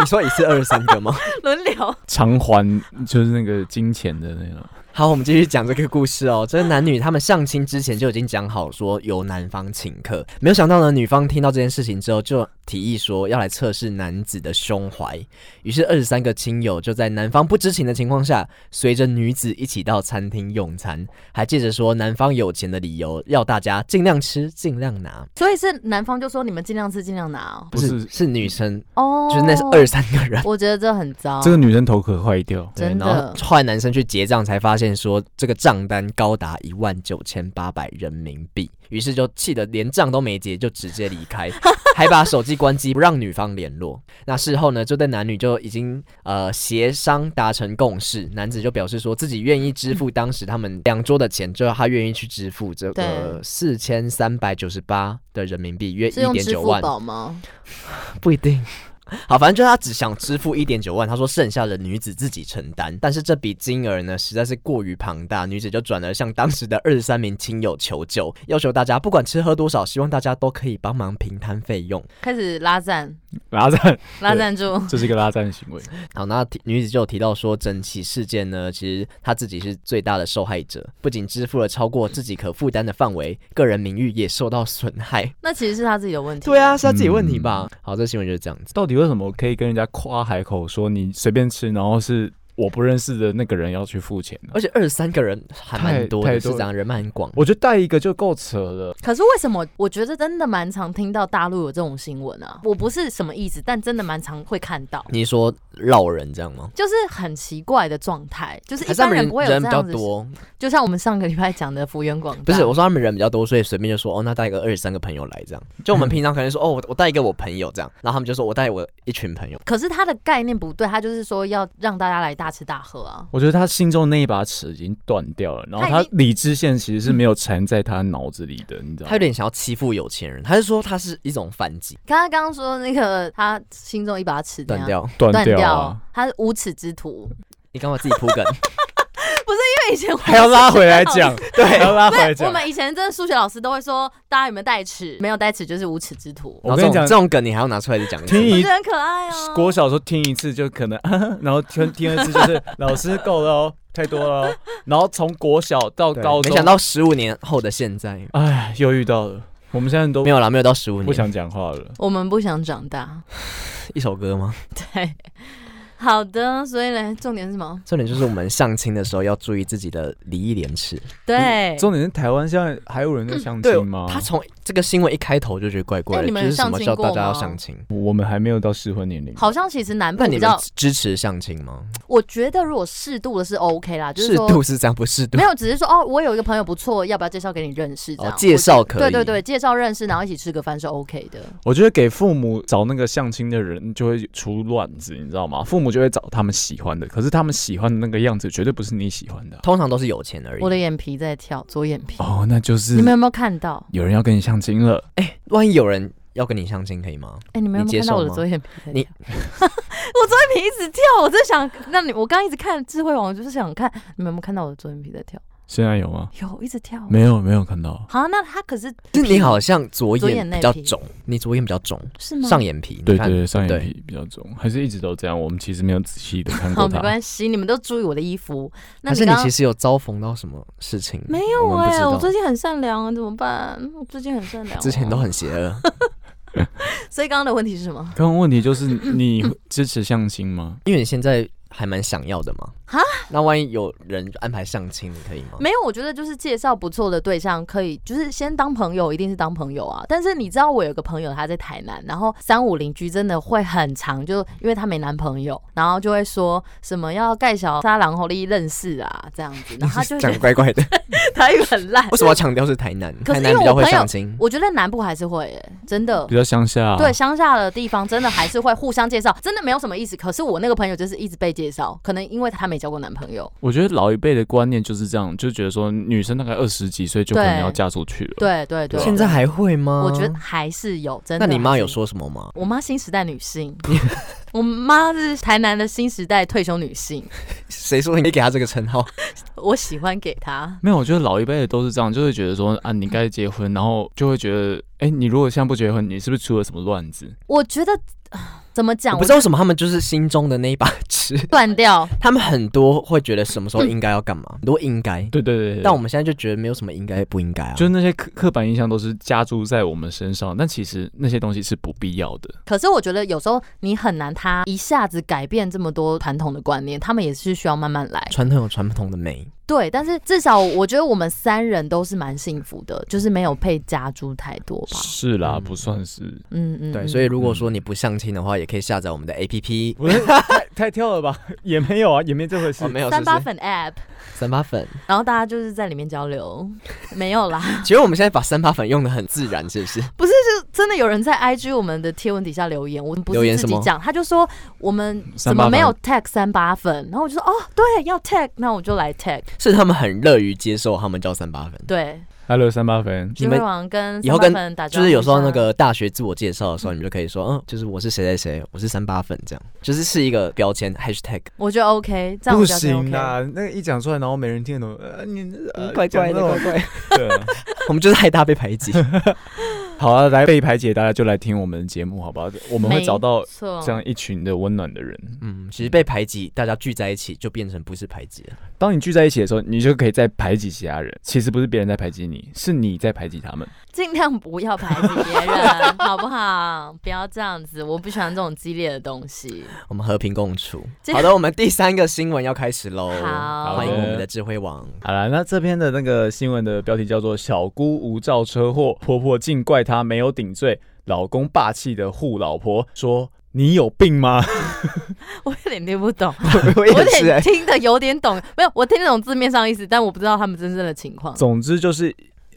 Speaker 2: 你说一次二十三个吗？
Speaker 1: 轮流，
Speaker 3: 偿还就是那个金钱的那种。
Speaker 2: 好，我们继续讲这个故事哦。这男女他们相亲之前就已经讲好说由男方请客，没有想到呢，女方听到这件事情之后就提议说要来测试男子的胸怀。于是二十三个亲友就在男方不知情的情况下，随着女子一起到餐厅用餐，还借着说男方有钱的理由，要大家尽量吃尽量拿。
Speaker 1: 所以是男方就说你们尽量吃，尽量拿哦
Speaker 2: 不
Speaker 3: 不
Speaker 2: 是
Speaker 3: 是
Speaker 2: 是女生，
Speaker 1: 哦。
Speaker 2: 就是那是二十三个人。
Speaker 1: 我觉得这很糟。
Speaker 3: 这个女生头壳坏掉，
Speaker 2: 对
Speaker 1: 真的
Speaker 2: 然后后来男生去结账才发现说这个账单高达一万九千八百人民币，于是就气得连账都没结就直接离开，还把手机关机不让女方联络。那事后呢，就对男女就已经呃协商达成共识，男子就表示说自己愿意支付当时他们两桌的钱，就他愿意去支付这个
Speaker 1: 对
Speaker 2: 四千三百九十八的人民币，约
Speaker 1: 是
Speaker 2: 一
Speaker 1: 用
Speaker 2: 点
Speaker 1: 支
Speaker 2: 九
Speaker 1: 付
Speaker 2: 万，
Speaker 1: 宝吗？
Speaker 2: 不一定。 好，反正就是他只想支付一点九万，他说剩下的女子自己承担。但是这笔金额呢，实在是过于庞大，女子就转而向当时的二十三名亲友求救，要求大家不管吃喝多少，希望大家都可以帮忙平摊费用。
Speaker 1: 开始拉赞，
Speaker 3: 拉赞，
Speaker 1: 拉赞助。
Speaker 3: 这是一个拉赞行为。
Speaker 2: 好，那提女子就有提到说，整起事件呢，其实她自己是最大的受害者，不仅支付了超过自己可负担的范围，个人名誉也受到损 害。
Speaker 1: 那其实是他自己的问题。
Speaker 2: 对啊，，是她自己问题吧？
Speaker 3: 嗯
Speaker 2: 好，这新闻就是这样子。
Speaker 3: 到底为什么可以跟人家夸海口说你随便吃，然后是我不认识的那个人要去付钱呢？
Speaker 2: 而且二十三个人还蛮
Speaker 3: 太
Speaker 2: 多的，
Speaker 3: 太
Speaker 2: 是
Speaker 3: 多
Speaker 2: 这样人脉很广。
Speaker 3: 我觉得带一个就够扯了。
Speaker 1: 可是为什么？我觉得真的蛮常听到大陆有这种新闻啊。我不是什么意思，但真的蛮常会看到，
Speaker 2: 你说绕人这样吗？
Speaker 1: 就是很奇怪的状态，就是
Speaker 2: 还
Speaker 1: 一
Speaker 2: 是他
Speaker 1: 般
Speaker 2: 们人
Speaker 1: 人不会有这
Speaker 2: 人比较
Speaker 1: 样子。
Speaker 2: 多？
Speaker 1: 就像我们上个礼拜讲的福源广大，
Speaker 2: 不是，我说他们人比较多，所以随便就说哦，那带个二十三个朋友来 这样。就我们平常可能说哦，我我带一个我朋友这样，然后他们就说我带我一群朋友。
Speaker 1: 可是他的概念不对，他就是说要让大家来大吃大喝啊。
Speaker 3: 我觉得他心中那一把尺已经断掉了，然后
Speaker 1: 他已
Speaker 3: 他
Speaker 1: 经
Speaker 3: 理智线其实是没有缠在他脑子里的，你知道吗
Speaker 2: 他有？点想要欺负有钱人，他是说他是一种反击，
Speaker 1: 刚刚刚刚说那个他心中一把尺怎
Speaker 2: 断
Speaker 1: 样
Speaker 2: 掉。
Speaker 1: 断
Speaker 3: 断
Speaker 1: 掉，
Speaker 3: 啊！
Speaker 1: 他是无耻之徒。
Speaker 2: 你干嘛自己铺梗？
Speaker 1: 因为以前我
Speaker 3: 还要拉回来 讲，对，还要拉回来
Speaker 1: 我
Speaker 3: 讲。
Speaker 1: 们以前真的数学老师都会说，大家有没有带尺？没有带尺就是无耻之徒，
Speaker 2: 然
Speaker 3: 我
Speaker 2: 后这
Speaker 3: 跟
Speaker 2: 种
Speaker 3: 你讲
Speaker 2: 这，种梗你还要拿出来再讲一次
Speaker 3: 听。
Speaker 1: 我
Speaker 3: 一
Speaker 1: 觉得很可爱啊。
Speaker 3: 国小的时候听一次就可能， 然后听听二次就是 老师够了哦，太多了哦。然后从国小到
Speaker 2: 对
Speaker 3: 高中，
Speaker 2: 没想，到十五年后的现在，
Speaker 3: 哎，又遇到了。我们现在都
Speaker 2: 没有啦，没有到十五
Speaker 3: 不
Speaker 2: 年。
Speaker 3: 想讲话了。
Speaker 1: 我们不想长大。
Speaker 2: 一首歌吗？
Speaker 1: 对，好的，所以呢，重点是什么？
Speaker 2: 重点就是我们相亲的时候要注意自己的礼义廉耻。
Speaker 1: 对，嗯
Speaker 3: 重点是台湾现在还有人在相亲吗？
Speaker 2: 他从这个新闻一开头就觉得怪怪
Speaker 1: 哎
Speaker 2: 的，
Speaker 1: 你
Speaker 2: 就
Speaker 1: 们
Speaker 2: 是什
Speaker 1: 有
Speaker 2: 么
Speaker 1: 相亲
Speaker 2: 叫大
Speaker 1: 过
Speaker 2: 家要
Speaker 1: 吗
Speaker 2: 相亲？
Speaker 3: 我们还没有到适婚年龄。
Speaker 1: 好像其实南部
Speaker 2: 那你
Speaker 1: 比
Speaker 2: 们
Speaker 1: 较，
Speaker 2: 支持相亲吗？
Speaker 1: 我觉得如果适度的是 OK 啦，就是
Speaker 2: 适
Speaker 1: 说
Speaker 2: 度是这样，不适度
Speaker 1: 没有，只是说哦，我有一个朋友不错，要不要介绍给你认识？这
Speaker 2: 哦
Speaker 1: 样，
Speaker 2: 介绍可以。
Speaker 1: 对对对，介绍认识，然后一起吃个饭是 OK 的。
Speaker 3: 我觉得给父母找那个相亲的人就会出乱子，你知道吗？父母就会找他们喜欢的，可是他们喜欢的那个样子绝对不是你喜欢的啊。
Speaker 2: 通常都是有钱而已。
Speaker 1: 我的眼皮在跳，左眼皮，
Speaker 3: 哦，那就是
Speaker 1: 你们有没有看到？
Speaker 3: 有人要跟你相亲了。
Speaker 2: 万一有人要跟你相亲，可以吗？
Speaker 1: 哎、你们
Speaker 2: 你
Speaker 1: 有没
Speaker 2: 接
Speaker 1: 有看到
Speaker 2: 受
Speaker 1: 我的
Speaker 2: 吗
Speaker 1: 左眼皮在跳？
Speaker 2: 你
Speaker 1: 我左眼皮一直跳，我真的想让你。我刚刚一直看智慧王，我就是想看你们有没有看到我的左眼皮在跳？
Speaker 3: 现在有吗？
Speaker 1: 有，一直跳。
Speaker 3: 没有，没有看到。
Speaker 1: 好，那他可是
Speaker 2: 就是你好像左
Speaker 1: 左眼嗯
Speaker 2: 眼
Speaker 1: 内
Speaker 2: 比较
Speaker 1: 皮
Speaker 2: 肿，你左眼比较肿，
Speaker 1: 是吗？
Speaker 2: 上眼皮。
Speaker 3: 对
Speaker 2: 你看
Speaker 3: 对，对，上
Speaker 2: 对
Speaker 3: 眼皮比较重，还是一直都这样。我们其实没有仔细的看
Speaker 1: 好，
Speaker 3: 过
Speaker 1: 没
Speaker 3: 它。
Speaker 1: 关系，你们都注意我的衣服。那
Speaker 2: 但是你
Speaker 1: 你刚
Speaker 2: 其
Speaker 1: 刚
Speaker 2: 实有遭逢到什么事情？
Speaker 1: 没有
Speaker 2: 哎、
Speaker 1: 哎、我最
Speaker 2: 之
Speaker 1: 近很善良啊，怎么办？我最近很善良、啊
Speaker 2: 之前都。很邪恶。
Speaker 1: 所以刚刚的问题是什么？
Speaker 3: 刚刚问题就是你支持相亲吗？
Speaker 2: 因为你现在还蛮想要的嘛，
Speaker 1: 哈，
Speaker 2: 那万一有人安排相亲，你可以吗？
Speaker 1: 没有，我觉得就是介绍不错的对象，可以就是先当朋友，一定是当朋友啊。但是你知道，我有个朋友他在台南，然后三五邻居真的会很长，就因为他没男朋友，然后就会说什么要盖小沙狼狐狸认识啊这样 子，然后他就觉
Speaker 2: 讲
Speaker 1: 得
Speaker 2: 怪怪的，
Speaker 1: 台语很烂
Speaker 2: 为。什么要强调是台南？
Speaker 1: 可
Speaker 2: 台
Speaker 1: 是
Speaker 2: 南
Speaker 1: 因为
Speaker 2: 比较
Speaker 1: 我
Speaker 2: 会
Speaker 1: 朋友
Speaker 2: 相亲。
Speaker 1: 我觉得南部还是会、欸，真的
Speaker 3: 比。较乡下、啊。
Speaker 1: 对，乡下的地方真的还是会互相介绍，真的没有什么意思。可是我那个朋友就是一直被介绍，可能因为他没交过男朋友。
Speaker 3: 我觉得老一辈的观念就是这样，就觉得说女生大概二十几岁就可能
Speaker 1: 对
Speaker 3: 要嫁出去了。
Speaker 1: 对对对，
Speaker 2: 现在还会吗？
Speaker 1: 我觉得。还是有真
Speaker 2: 那
Speaker 1: 的。
Speaker 2: 你妈有？说什么吗？
Speaker 1: 我妈新时代女性， 我妈是台南的新时代退休女性，
Speaker 2: 谁说你给她这个称号？
Speaker 1: 我喜欢给她。
Speaker 3: 没有，我觉得老一辈的都是这样，就会觉得说啊，你该结婚，然后就会觉得，哎、你如果现在不结婚，你是不是出了什么乱子？
Speaker 1: 我觉得啊怎么讲，
Speaker 2: 我
Speaker 1: 我
Speaker 2: 不知道为什么他们就是心中的那一把 尺，
Speaker 1: 断掉。
Speaker 2: 他们很多会觉得什么时候应该要干嘛，很多应该。
Speaker 3: 对对对对，
Speaker 2: 但我们现在就觉得没有什么应该不应该啊。
Speaker 3: 就是那些刻刻板印象都是加注在我们身上，但其实那些东西是不必要的。
Speaker 1: 可是我觉得有时候你很难，她一下子改变这么多传统的观念，他们也是需要慢慢来。
Speaker 2: 传统有传统的美，
Speaker 1: 对，但是至少我觉得我们三人都是蛮幸福的，就是没有被加诸太多吧。
Speaker 3: 是啦，
Speaker 2: 嗯
Speaker 3: 不算是。
Speaker 1: 嗯嗯，
Speaker 2: 对，
Speaker 1: 嗯
Speaker 2: 所以如果说你不相亲的话，也可以下载我们 的 APP。
Speaker 3: 我太太跳了吧？ 也没有啊，也没这回事
Speaker 2: 哦，没有，是
Speaker 1: 三
Speaker 2: 不
Speaker 1: 八
Speaker 2: 是
Speaker 1: 粉 App，
Speaker 2: 三八粉。
Speaker 1: 然后大家就是在里面交流，没有啦，
Speaker 2: 其实我们现在把三八粉用的很自然，是不是？
Speaker 1: 不是就真的有人在 IG 我们的贴文底下留言，我们不
Speaker 2: 留言
Speaker 1: 是自
Speaker 2: 什
Speaker 1: 己
Speaker 2: 么
Speaker 1: 讲，他就说我们怎
Speaker 3: 三八
Speaker 1: 么
Speaker 3: 粉
Speaker 1: 没有 tag 三八粉，然后我就说哦，对，要 tag，那我就来 tag，
Speaker 2: 是他们很乐于接受，他们叫三八粉。
Speaker 1: 对，
Speaker 3: Hello，三八粉，
Speaker 2: 你
Speaker 1: 就
Speaker 2: 们
Speaker 1: 会往跟
Speaker 2: 以
Speaker 1: 三
Speaker 2: 后
Speaker 1: 八
Speaker 2: 跟
Speaker 1: 粉打招呼
Speaker 2: 就是有时候
Speaker 1: 一下
Speaker 2: 那个大学自我介绍的时候，你们就可以说，嗯，就是我是谁谁谁，我是三八粉，这样就是是一个标签 hashtag。
Speaker 1: 我觉得 OK，这样我觉得 OK，、！
Speaker 3: 啊
Speaker 1: 嗯
Speaker 3: 那个一讲出来，然后没人听得懂，呃，你
Speaker 2: 怪怪的，怪怪的，
Speaker 3: 的。
Speaker 2: 我们就是害他被排挤。
Speaker 3: 啊好啊，来被排解，大家就来听我们的节目，好不好？我们会找到
Speaker 1: 没错
Speaker 3: 这样一群的温暖的人。
Speaker 2: 嗯，其实被排挤，大家聚在一起就变成不是排挤了。
Speaker 3: 当你聚在一起的时候，你就可以在排挤其他人。其实不是别人在排挤你，是你在排挤他们。
Speaker 1: 尽量不要排挤别人，好不好？不要这样子，我不喜欢这种激烈的东 西。
Speaker 2: 我们和平共处。
Speaker 1: 这
Speaker 2: 好的，我们第三个新闻要开始喽。
Speaker 1: 好
Speaker 2: 欢迎我们的智慧 王。
Speaker 3: 好了，那这篇的那个新闻的标题叫做“小姑无照车祸，婆婆竟怪她没有顶罪，老公霸气的护老婆说你有病吗
Speaker 1: 我有点听不懂，
Speaker 2: 我
Speaker 1: 我有
Speaker 2: 也是、
Speaker 1: 点
Speaker 2: 欸，
Speaker 1: 听的有点懂，没有，我听得懂字面上意思，但我不知道他们真正的情”？况。
Speaker 3: 总之就是，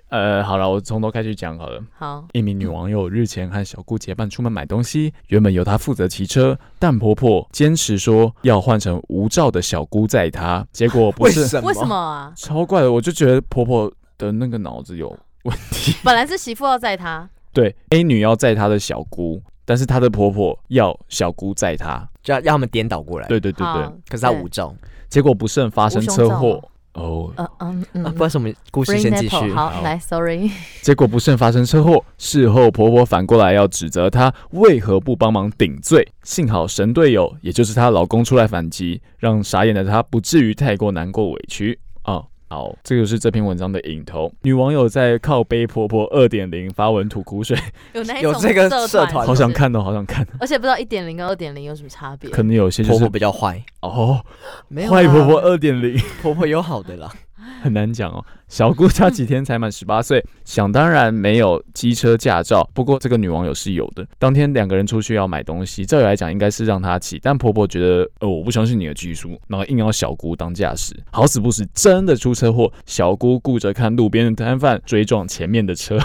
Speaker 3: 呃，好了，我从头开始讲好了。
Speaker 1: 好，
Speaker 3: 一名女网友日前和小姑结伴出门买东西，原本由她负责骑车，但婆婆坚持说要换成无照的小姑载她，结果不
Speaker 2: 为
Speaker 3: 是
Speaker 2: 什么？
Speaker 1: 为什么啊？
Speaker 3: 超怪的，我就觉得婆婆的那个脑子有问题。
Speaker 1: 本来是媳妇要载他，
Speaker 3: 对，A 女要载她的小姑，但是她的婆婆要小姑载她。
Speaker 2: 就要让他们颠倒过来？
Speaker 3: 对对对对
Speaker 1: 哎好，，
Speaker 2: 可是他
Speaker 1: 对
Speaker 2: 无照。
Speaker 3: 结果不慎发生车
Speaker 1: 无
Speaker 3: 祸
Speaker 1: 胸罩
Speaker 3: 哦，
Speaker 1: 嗯嗯嗯
Speaker 2: 啊，不然是我们故事
Speaker 1: Bring
Speaker 2: 先继
Speaker 1: nipple，
Speaker 2: 续。
Speaker 1: 好，
Speaker 3: 好
Speaker 1: 来，sorry，
Speaker 3: 结果不慎发生车祸。事后婆婆反过来要指责她为何不帮忙顶罪，幸好神队友，也就是她老公出来反击，让傻眼的她不至于太过难过委屈啊。好，这就是这篇文章的引头。女网友在靠背婆婆二点零发文吐苦水，
Speaker 1: 有那一
Speaker 2: 有
Speaker 1: 种
Speaker 2: 这个
Speaker 1: 社
Speaker 2: 社团
Speaker 1: 团，
Speaker 3: 好想，看哦，好想看。
Speaker 1: 而且不知道一点零跟二点零有什么差别。
Speaker 3: 可能有些就
Speaker 2: 婆婆
Speaker 3: 是
Speaker 2: 比较坏，
Speaker 3: 哦，
Speaker 2: 没有啊
Speaker 3: 坏
Speaker 2: 啦
Speaker 3: 婆婆二点零。
Speaker 2: 婆婆有好的啦。
Speaker 3: 很难讲哦。小姑她几天才满十八岁，想当然没有机车驾照。不过这个女网友是有的。当天两个人出去要买东西，照理来讲应该是让她骑，但婆婆觉得呃我不相信你的技术，然后硬要小姑当驾驶。好死不死，真的出车祸，小姑顾着看路边的摊贩追撞前面的车。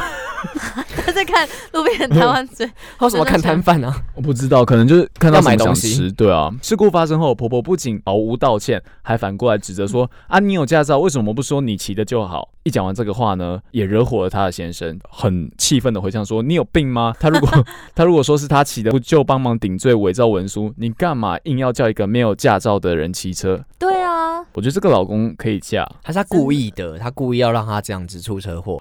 Speaker 1: 他在看 路边的台湾嘴，
Speaker 2: 他为什么看摊贩啊？
Speaker 3: 我不知道，可能就是看到
Speaker 2: 要买
Speaker 3: 什么
Speaker 2: 东
Speaker 3: 想
Speaker 2: 西
Speaker 3: 吃。对啊，事故发生后，婆婆不仅毫无道歉，还反过来指责说：“啊，你有驾照，为什么不说你骑的就好？”一讲完这个话呢，也惹火了她的先生，很气愤的回呛说：“你有病吗？ 他如果他如果说是他骑的，不就帮忙顶罪伪造文书？你干嘛硬要叫一个没有驾照的人骑车？
Speaker 1: 对啊，
Speaker 3: 我觉得这个老公可以嫁。”
Speaker 2: 还是他故意的？哦他故意要让他这样子出车祸？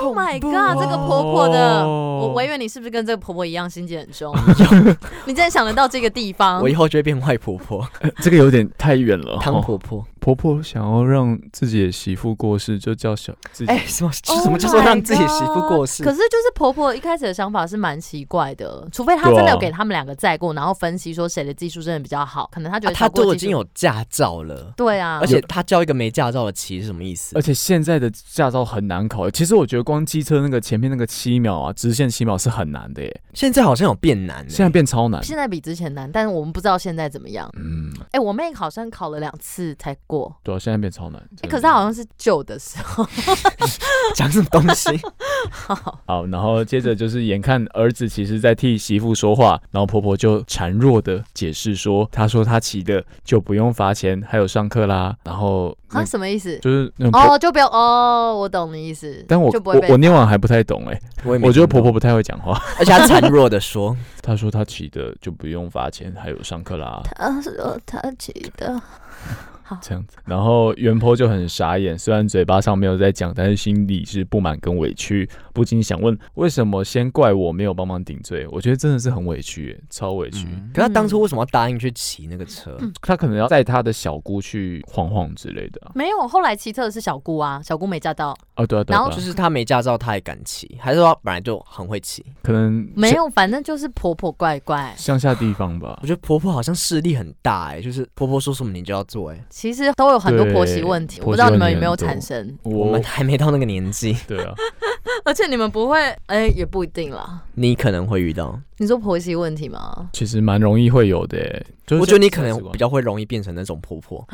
Speaker 1: Oh my god！这个婆婆的，
Speaker 2: 哦
Speaker 1: 我我以为你是不是跟这个婆婆一样心机 很重？你真的想得到这个地方
Speaker 2: 我？以后就会变坏婆婆、
Speaker 3: 这个有点太远 了。
Speaker 2: 汤
Speaker 3: 哦
Speaker 2: 婆婆。
Speaker 3: 婆婆想要让自己的媳妇过世，就叫小自己。
Speaker 2: 哎、什么哎
Speaker 1: Oh
Speaker 2: 什么叫做
Speaker 1: my
Speaker 2: 让自己媳妇过世
Speaker 1: God？可是就是婆婆一开始的想法是蛮奇怪的，除非
Speaker 2: 啊
Speaker 1: 她真的有给他们两个载过，然后分析说谁的技术真的比较好，可能她觉
Speaker 2: 啊
Speaker 1: 得
Speaker 2: 她
Speaker 1: 小郭
Speaker 2: 都已
Speaker 1: 技术
Speaker 2: 经有驾照了，
Speaker 1: 对啊，
Speaker 2: 而且她叫一个没驾照的骑是什么意思
Speaker 3: 而？且现在的驾照很难考，其实我觉得光机车那个前面那个七秒啊，直线七秒是很难的耶，
Speaker 2: 现在好像有变难、
Speaker 1: 嗯
Speaker 2: 欸，
Speaker 3: 现在变超难。
Speaker 1: 现在比之前难，但是我们不知道现在怎么样。
Speaker 3: 嗯，
Speaker 1: 哎、我妹好像考了两次才过，
Speaker 3: 对啊，现在变超难。
Speaker 1: 哎、可是她好像是旧的时候。
Speaker 2: 讲什么东西？
Speaker 3: 好，然后接着就是眼看儿子其实在替媳妇说话，然后婆婆就孱弱的解释说，她说她骑的就不用罚钱，还有上课啦，然后那
Speaker 1: 啊，什么意思？
Speaker 3: 嗯就是那种婆。
Speaker 1: 哦，就不要哦，我懂你意思。
Speaker 3: 但我
Speaker 1: 就不
Speaker 3: 我
Speaker 1: 会被
Speaker 3: 我念完还不太懂哎、
Speaker 2: 我也没
Speaker 3: 我觉得
Speaker 2: 听懂
Speaker 3: 婆婆，不太会讲话。
Speaker 2: 而且她孱弱 的说，
Speaker 3: 她说她骑的就不用罚钱，还有上课啦，
Speaker 1: 他说他觉哦得
Speaker 3: 这样子。然后袁坡就很傻眼，虽然嘴巴上没有在讲，但是心里是不满跟委屈，不禁想问为什么先怪我没有帮忙顶罪？我觉得真的是很委屈耶，超委屈。
Speaker 2: 嗯可她当初为什么要答应去骑那个车？
Speaker 3: 她可能要带她的小姑去晃晃之类的啊。
Speaker 1: 没有。后来骑车的是小姑啊，小姑没驾到，
Speaker 3: 哦，对啊，对
Speaker 1: 然
Speaker 3: 啊，
Speaker 1: 后
Speaker 3: 对
Speaker 2: 就
Speaker 3: 啊
Speaker 2: 是她没驾照，她也敢骑，还是说她本来就很会骑？
Speaker 3: 可能
Speaker 1: 没
Speaker 3: 乡
Speaker 1: 有，反正就是婆婆怪怪。
Speaker 3: 乡下地方吧
Speaker 2: 我。觉得婆婆好像势力很大哎、就是婆婆说什么你就要做哎、
Speaker 1: 其实都有很多
Speaker 3: 对
Speaker 1: 婆媳问题，我
Speaker 3: 婆
Speaker 1: 不
Speaker 3: 媳
Speaker 1: 知道你
Speaker 3: 问
Speaker 1: 们
Speaker 3: 题
Speaker 1: 有没有
Speaker 3: 很多
Speaker 1: 产生，
Speaker 2: 我
Speaker 3: 我
Speaker 2: 们还没到那个年纪，
Speaker 3: 对啊，
Speaker 1: 而且你们不会，哎、也不一定啦。
Speaker 2: 你可能会遇到。
Speaker 1: 你说婆媳问题吗？
Speaker 3: 其实蛮容易会有的耶。就是
Speaker 2: 我觉得你
Speaker 3: 价
Speaker 2: 可
Speaker 3: 值
Speaker 2: 能
Speaker 3: 观
Speaker 2: 比较会容易变成那种婆婆，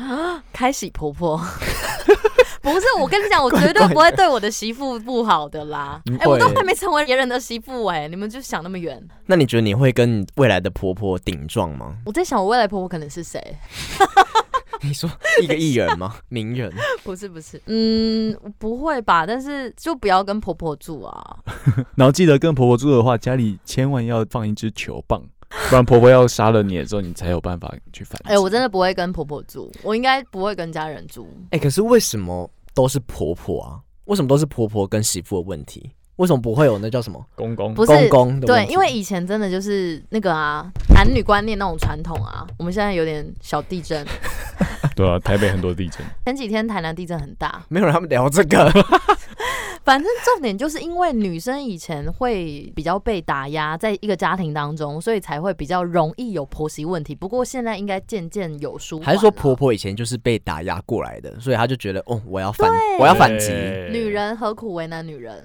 Speaker 1: 开喜 婆婆。不是，我跟你讲，我绝对不会对我的媳妇不好的啦。
Speaker 2: 嗯
Speaker 1: 哎、我都
Speaker 2: 会
Speaker 1: 还没成为别人的媳妇哎、你们就想那么远。
Speaker 2: 那你觉得你会跟你未来的婆婆顶撞吗？
Speaker 1: 我在想，我未来婆婆可能是谁？
Speaker 2: 你说 一个艺人吗？名人？
Speaker 1: 不是不是，嗯，不会吧？但是就不要跟婆婆住啊。
Speaker 3: 然后记得跟婆婆住的话，家里千万要放一支球 棒，不然婆婆要杀了你的时候，你才有办法去反击。
Speaker 1: 哎、我真的不会跟婆婆住，我应该不会跟家人住。
Speaker 2: 哎、可是为什么都是婆婆啊？为什么都是婆婆跟媳妇的问题？为什么不会有那叫什么
Speaker 3: 公公
Speaker 1: 不是
Speaker 2: 公公的
Speaker 1: 对
Speaker 2: 问，题
Speaker 1: 因为以前真的就是那个啊，男女观念那种传统啊，我们现在有点小地震。
Speaker 3: 对啊，台北很多地震，
Speaker 1: 前几天台南地震很大，
Speaker 2: 没有人他们聊这个，
Speaker 1: 反正重点就是因为女生以前会比较被打压，在一个家庭当中，所以才会比较容易有婆媳问题。不过现在应该渐渐有舒缓了，
Speaker 2: 还是说婆婆以前就是被打压过来的，所以她就觉得哦，我要反，我要反击。
Speaker 1: 女人何苦为难女人？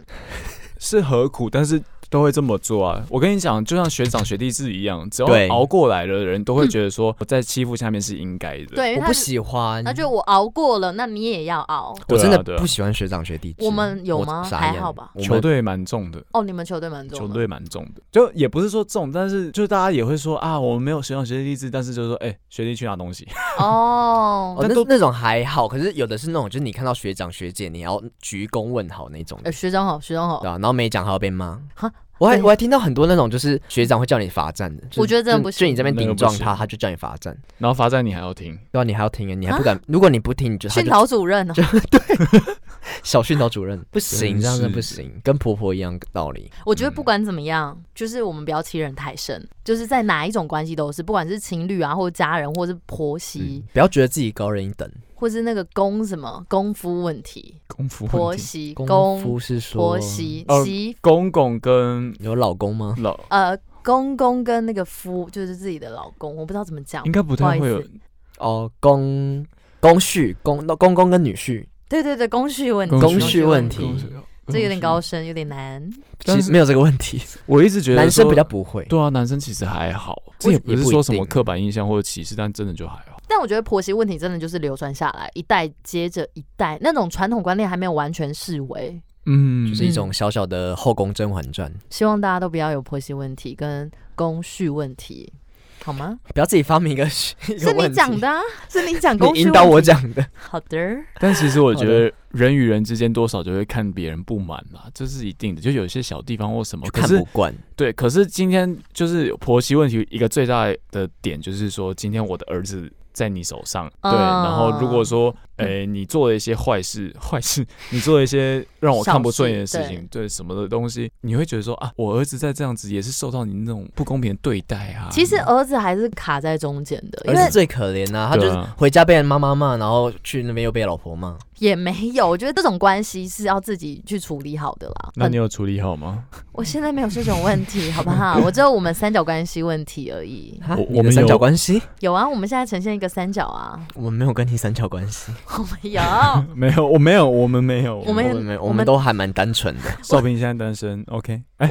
Speaker 3: 是何苦，但是都会这么做啊。我跟你讲，就像学长学弟制一样，只
Speaker 2: 对
Speaker 3: 要熬过来的人都会觉得说，我在欺负下面是应该的。
Speaker 1: 对，因为
Speaker 2: 我
Speaker 1: 她
Speaker 2: 不
Speaker 1: 是
Speaker 2: 喜欢，
Speaker 1: 那就我熬过了，那你也要熬。
Speaker 2: 我真的
Speaker 3: 对啊对啊
Speaker 2: 不喜欢学长学弟制。
Speaker 1: 我们有
Speaker 2: 我
Speaker 1: 吗
Speaker 2: 傻
Speaker 1: 还
Speaker 2: 眼
Speaker 1: 好吧
Speaker 2: 我们
Speaker 3: 球队蛮重的。
Speaker 1: 哦，你们球队蛮
Speaker 3: 球
Speaker 1: 重的，
Speaker 3: 队蛮重的，就也不是说重，但是就大家也会说啊，我们没有学长学弟制，但是就是说，哎、学弟去拿东西，
Speaker 2: 哦，
Speaker 1: 哦。
Speaker 3: 但
Speaker 2: 那
Speaker 3: 都
Speaker 2: 那种还好，可是有的是那种，就是你看到学长学姐，你要鞠躬问好那种的，
Speaker 1: 哎，学长好，学长好
Speaker 2: 对，啊，然后没讲还要被骂
Speaker 1: 哈。
Speaker 2: 我还
Speaker 1: 对
Speaker 2: 我还听到很多那种，就是学长会叫你罚站的。就是
Speaker 1: 我觉得真的不
Speaker 2: 就
Speaker 1: 行
Speaker 2: 就你这边
Speaker 3: 那个
Speaker 2: 顶
Speaker 3: 不
Speaker 2: 撞
Speaker 3: 行
Speaker 2: 他，他就叫你罚站，
Speaker 3: 然后罚站你还要听，
Speaker 2: 对啊，你还要听，你还不敢。如果你不听，你就他
Speaker 1: 训
Speaker 2: 就
Speaker 1: 导主任哦。
Speaker 2: 小训导主任不行，
Speaker 3: 真
Speaker 2: 这样子
Speaker 3: 是
Speaker 2: 不行，跟婆婆一样的道理。
Speaker 1: 我觉得不管怎么样，就是我们不要欺人太甚，就是在哪一种关系都是，不管是情侣啊，或者家人，或是婆
Speaker 2: 嗯，，
Speaker 1: 媳
Speaker 2: 不要觉得自己高人一等。
Speaker 1: 或是那个公什么功夫问题，
Speaker 3: 功夫问
Speaker 1: 婆
Speaker 3: 题
Speaker 1: 媳
Speaker 2: 功
Speaker 1: 公
Speaker 2: 夫是说
Speaker 1: 婆媳
Speaker 3: 哦
Speaker 1: 媳
Speaker 3: 公公跟
Speaker 2: 有老公吗？
Speaker 3: 老
Speaker 1: 呃公公跟那个夫就是自己的老公，我不知道怎么讲
Speaker 3: 应。该不
Speaker 1: 不好
Speaker 3: 太
Speaker 1: 意
Speaker 3: 会有
Speaker 1: 思
Speaker 2: 哦，公公婿公公公跟女婿，
Speaker 1: 对对对，公序问题，
Speaker 2: 公
Speaker 1: 序
Speaker 2: 序问题嗯
Speaker 1: 题，这有点高。深，有点难。
Speaker 3: 但
Speaker 2: 其
Speaker 3: 是
Speaker 2: 实没有这个问题，
Speaker 3: 我一直觉得
Speaker 2: 男生
Speaker 3: 说
Speaker 2: 比较不会。
Speaker 3: 对啊，男生其实还好，这也不是
Speaker 2: 也不一
Speaker 3: 说什么
Speaker 2: 定
Speaker 3: 刻板印象或者歧视，但真的就还好。
Speaker 1: 但我觉得婆媳问题真的就是流传下来，一代接着一代，那种传统观念还没有完全式微。
Speaker 3: 嗯
Speaker 2: 就是一种小小的后宫《甄嬛传》，
Speaker 1: 希望大家都不要有婆媳问题跟公序问题，好吗？
Speaker 2: 不要自己发明一个 一个
Speaker 1: 是
Speaker 2: 问
Speaker 1: 你
Speaker 2: 题
Speaker 1: 讲，的、啊，是你讲公
Speaker 2: 你
Speaker 1: 序
Speaker 2: 引导
Speaker 1: 问
Speaker 2: 我
Speaker 1: 题。
Speaker 2: 讲的。
Speaker 1: 好的，
Speaker 3: 但其实我觉
Speaker 2: 好
Speaker 3: 得人与人之间多少就会看别人不满啦，这是一定的。就有些小地方或什么，可
Speaker 2: 看不
Speaker 3: 是
Speaker 2: 惯，
Speaker 3: 对，可是今天就是婆媳问题一个最大的点就是说，今天我的儿子在你手上。
Speaker 2: 啊
Speaker 1: 嗯
Speaker 3: 对，然后如果说，诶、你做了一些坏事，坏事，你做了一些让我看不顺眼的事
Speaker 1: 上事
Speaker 3: 情，对什么的东西，你会觉得说啊，我儿子在这样子也是受到你那种不公平的对待啊。
Speaker 1: 其实儿子还是卡在中间的，因
Speaker 2: 儿
Speaker 1: 为
Speaker 2: 子最可怜呐、他就
Speaker 3: 对
Speaker 2: 是
Speaker 3: 啊
Speaker 2: 回家被人妈妈骂，然后去那边又被老婆骂。
Speaker 1: 也没有，我觉得这种关系是要自己去处理好的啦。
Speaker 3: 那
Speaker 1: 很
Speaker 3: 你有处理好吗？
Speaker 1: 我现在没有这种问题，好不 好？我只有我们三角关系问题而已。
Speaker 2: 哈
Speaker 3: 我我
Speaker 2: 你的
Speaker 3: 们
Speaker 2: 三角
Speaker 3: 有
Speaker 2: 关系，
Speaker 1: 有啊，我们现在呈现一个三角 啊，
Speaker 2: 我们没有跟你三角关系，
Speaker 1: 我们有。
Speaker 3: 没有，我没有，我们没有。
Speaker 1: 我们
Speaker 2: 没有
Speaker 1: 我
Speaker 2: 我们
Speaker 1: 们
Speaker 2: 都还蛮单纯的。
Speaker 3: 少平现在单身，OK？哎、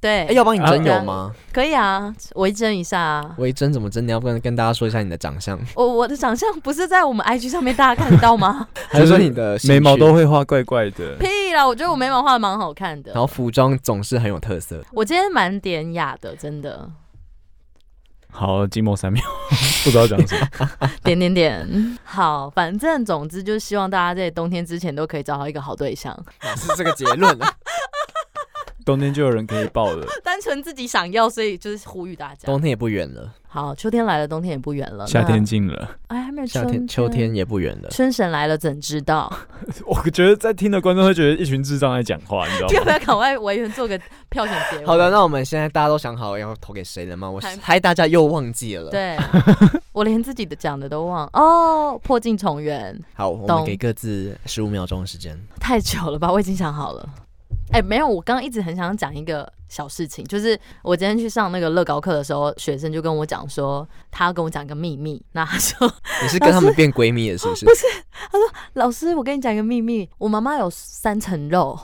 Speaker 1: 对
Speaker 2: 哎，，要帮你征
Speaker 1: 对啊
Speaker 2: 友吗？
Speaker 1: 可以啊，微针一下啊。
Speaker 2: 微征怎么征？你要不然跟大家说一下你的长相，
Speaker 1: 我我的长相不是在我们 IG 上面大家看得到 吗？
Speaker 2: 还是说你的呃兴趣
Speaker 3: 眉毛都？会画怪怪的。
Speaker 1: 屁啦，我觉得我眉毛画的蛮好看
Speaker 2: 然
Speaker 1: 的，
Speaker 2: 后服装总是很有特色。
Speaker 1: 我今天蛮典雅的，真的。
Speaker 3: 好，静默三秒， 不知道讲什么。
Speaker 1: 点点点，好，反正总之就是希望大家在冬天之前都可以找到一个好对象，
Speaker 2: 是这个结论啊！
Speaker 3: 冬天就有人可以抱了，
Speaker 1: 单纯自己想要，所以就是呼吁大 家。
Speaker 2: 冬天也不远了，
Speaker 1: 好，秋天来了，冬天也不远了。
Speaker 3: 夏天
Speaker 1: 那，
Speaker 3: 近了。
Speaker 1: 哎，还没有
Speaker 2: 夏
Speaker 1: 春
Speaker 2: 天、秋天，也不远了。
Speaker 1: 春神来了怎 知道？
Speaker 3: 我觉得在听的观众会觉得一群智障在讲话，你 知道
Speaker 1: 要
Speaker 3: 吗？
Speaker 1: 不要赶快委员做个票选结尾？
Speaker 2: 好的，那我们现在大家都想好要投给谁了吗？我
Speaker 1: 哎还
Speaker 2: 猜大家又忘记了。，
Speaker 1: 对，我连自己的讲的都忘哦，破镜重圆
Speaker 2: 好，我们
Speaker 1: 懂
Speaker 2: 给各自十五秒钟的时间。
Speaker 1: 太久了吧？我已经想好了。哎、没有，我刚刚一直很想讲一个小事情，就是我今天去上那个乐高课的时候，学生就跟我讲说，他要跟我讲一个秘密。那他说，
Speaker 2: 你是跟他们变闺蜜了，是不是？
Speaker 1: 老师，我跟你讲一个秘密，我妈妈有三层肉，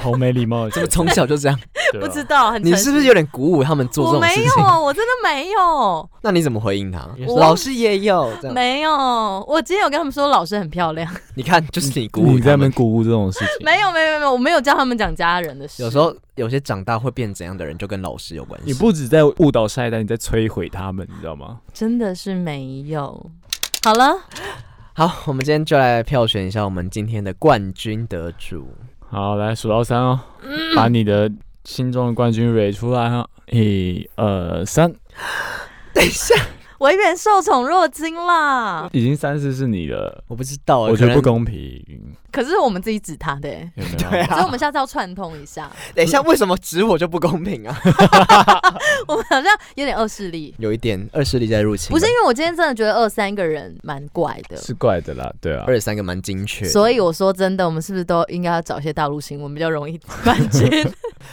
Speaker 3: 好没礼貌的
Speaker 2: 怎
Speaker 3: 学生，
Speaker 2: 么 从小就这样？
Speaker 3: 对
Speaker 1: 不
Speaker 3: 吧
Speaker 1: 知道， 很
Speaker 2: 你
Speaker 1: 诚
Speaker 2: 是不是
Speaker 1: 实
Speaker 2: 有点鼓舞他们做这
Speaker 1: 我
Speaker 2: 种
Speaker 1: 没
Speaker 2: 事情？
Speaker 1: 有，我真的没有，
Speaker 2: 那你怎么回应他？
Speaker 1: 我
Speaker 2: 老师也有这样，
Speaker 1: 没有。我今天有跟他们说，老师很漂亮。
Speaker 2: 你看，就是你鼓
Speaker 3: 你在
Speaker 2: 舞
Speaker 3: 那
Speaker 2: 他
Speaker 3: 边
Speaker 2: 们。
Speaker 3: 鼓舞这种事情，
Speaker 1: 没有，没有，没有没有，我没有教他们讲家人的事。
Speaker 2: 有时候有些长大会变怎样的人，就跟老师有关系。
Speaker 3: 你不止在误导下一代，你在摧毁他们，你知道吗？
Speaker 1: 真的是没有。好了，
Speaker 2: 好，我们今天就来票选一下我们今天的冠军得主。
Speaker 3: 好，来数到三哦，
Speaker 2: 嗯
Speaker 3: 把你的心中的冠军蕊出来哦，一二三，
Speaker 2: 等一下，
Speaker 1: 维远受宠若惊啦。
Speaker 3: 已经三次是你了，
Speaker 2: 我不知道欸，
Speaker 3: 我觉得
Speaker 2: 可
Speaker 3: 不
Speaker 2: 能。
Speaker 3: 公平，
Speaker 1: 可是我们自己指他的、欸，
Speaker 3: 有没有？
Speaker 2: 对
Speaker 1: 所以我
Speaker 2: 啊，
Speaker 1: 们下次要串通一下。
Speaker 2: 等一下，为什么指我就不公平 啊？
Speaker 1: 我们好像有点恶势力，
Speaker 2: 有一点二势力在入侵，
Speaker 3: 啊
Speaker 1: 不是因为我今天真的觉得二三个人蛮怪的。
Speaker 3: 是怪的啦，对啊
Speaker 2: 二，十三个蛮精确的，
Speaker 1: 所以我说真的，我们是不是都应该要找一些大陆新闻比较容易冠军？。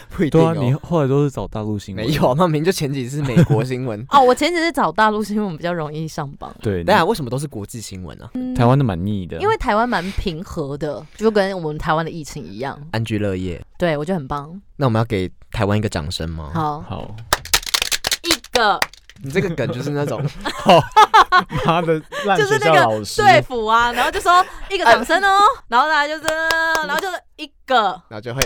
Speaker 2: 不一定
Speaker 3: 对啊，你
Speaker 2: 哦。
Speaker 3: 后来都是找大陆新闻，
Speaker 2: 没有，啊，那明明就前几次美国新闻
Speaker 1: 哦，我前几是找大陆新闻比较容易上榜，
Speaker 3: 对，
Speaker 2: 当然，为什么都是国际新闻啊？
Speaker 1: 嗯
Speaker 3: 台湾的蛮腻的，
Speaker 1: 因为台湾蛮平和的，就跟我们台湾的疫情一样。
Speaker 2: 安居乐业。
Speaker 1: 对，我觉得很棒。
Speaker 2: 那我们要给台湾一个掌声吗？
Speaker 1: 好，
Speaker 3: 好，
Speaker 1: 一个
Speaker 2: 你这个梗就是那种
Speaker 3: 妈的烂
Speaker 1: 就是
Speaker 3: 学
Speaker 1: 那
Speaker 3: 校
Speaker 1: 个
Speaker 3: 老师，
Speaker 1: 对付啊，然后就说一个掌 声哦，
Speaker 2: 哎
Speaker 1: 然后大家就是，然后就是一个。
Speaker 2: 然后就会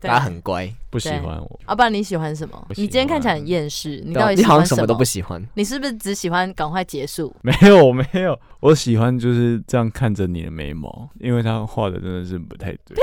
Speaker 1: 对
Speaker 2: 大家很乖，
Speaker 3: 不喜
Speaker 1: 对
Speaker 3: 欢我，
Speaker 1: 啊，不然你喜欢什么？
Speaker 3: 不喜
Speaker 1: 你今天看起来很
Speaker 3: 欢
Speaker 1: 厌世，你
Speaker 2: 对啊
Speaker 1: 到底
Speaker 2: 你
Speaker 1: 喜
Speaker 2: 好像
Speaker 1: 欢
Speaker 2: 什
Speaker 1: 么
Speaker 2: 么都不喜欢。
Speaker 1: 你是不是只喜欢赶快结束？
Speaker 3: 没有没有，我喜欢就是这样看着你的眉毛，因为他画的真的是不太对。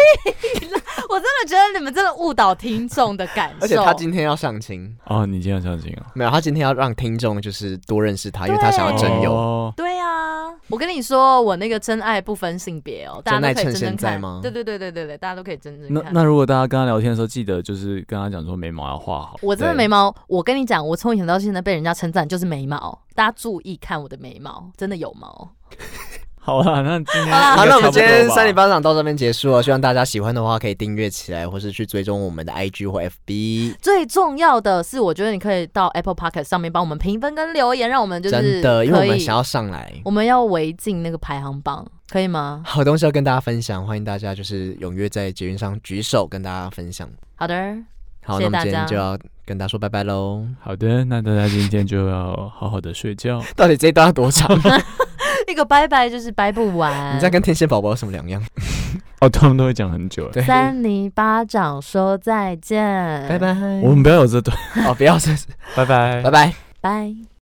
Speaker 1: 我真的觉得你们真的误导听众的感 受。
Speaker 2: 而且他今天要上清，
Speaker 3: 哦，你这样相信啊？
Speaker 2: 没有，他今天要让听众就是多认识他，因为
Speaker 1: 啊
Speaker 2: 他想要真友。
Speaker 3: 哦
Speaker 1: 对啊，我跟你说，我那个真爱不分性别哦，大
Speaker 2: 真
Speaker 1: 家
Speaker 2: 爱
Speaker 1: 都可以
Speaker 2: 趁
Speaker 1: 真正
Speaker 2: 现在
Speaker 1: 看
Speaker 2: 吗
Speaker 1: 对对对对对对，大家都可以真正
Speaker 3: 那
Speaker 1: 看。
Speaker 3: 那如果大家跟他聊天的时候，记得就是跟他讲说眉毛要画 好。
Speaker 1: 我真的
Speaker 2: 对
Speaker 1: 眉毛，我跟你讲，我从以前到现在被人家称赞就是眉毛，大家注意看我的眉毛，真的有毛。
Speaker 3: 好啦，那今天
Speaker 1: 好啦
Speaker 2: 好，那我们今天三
Speaker 3: 里
Speaker 2: 里。班长到这边结束了，希望大家喜欢的话可以订阅起来，或是去追踪我们的 IG 或 FB。
Speaker 1: 最重要的是，我觉得你可以到 Apple Podcast 上面帮我们评分跟留言，让我们就是
Speaker 2: 真的，因为我
Speaker 1: 可
Speaker 2: 们
Speaker 1: 以
Speaker 2: 想要上来，
Speaker 1: 我们要围进那个排行榜，可以吗？
Speaker 2: 好东西要跟大家分享，欢迎大家就是踊跃在捷运上举手跟大家分享。
Speaker 1: 好的，
Speaker 2: 好，
Speaker 1: 谢
Speaker 2: 那
Speaker 1: 谢
Speaker 2: 么
Speaker 1: 大
Speaker 2: 今天
Speaker 1: 家
Speaker 2: 就要跟大家说拜拜喽。
Speaker 3: 好的，那大家今天就要好好的睡觉。
Speaker 2: 到底这一段要多 长？你
Speaker 1: 一个拜拜就是掰不完。
Speaker 2: 这样跟天线宝宝有什么两样？
Speaker 3: 哦，他们都会讲很久。哎
Speaker 2: 对，
Speaker 1: 三零巴掌说再见，
Speaker 2: 拜拜。
Speaker 3: 我们不要有这段。
Speaker 2: 哦，不要，是
Speaker 3: 拜拜
Speaker 2: 拜。拜。
Speaker 1: 拜。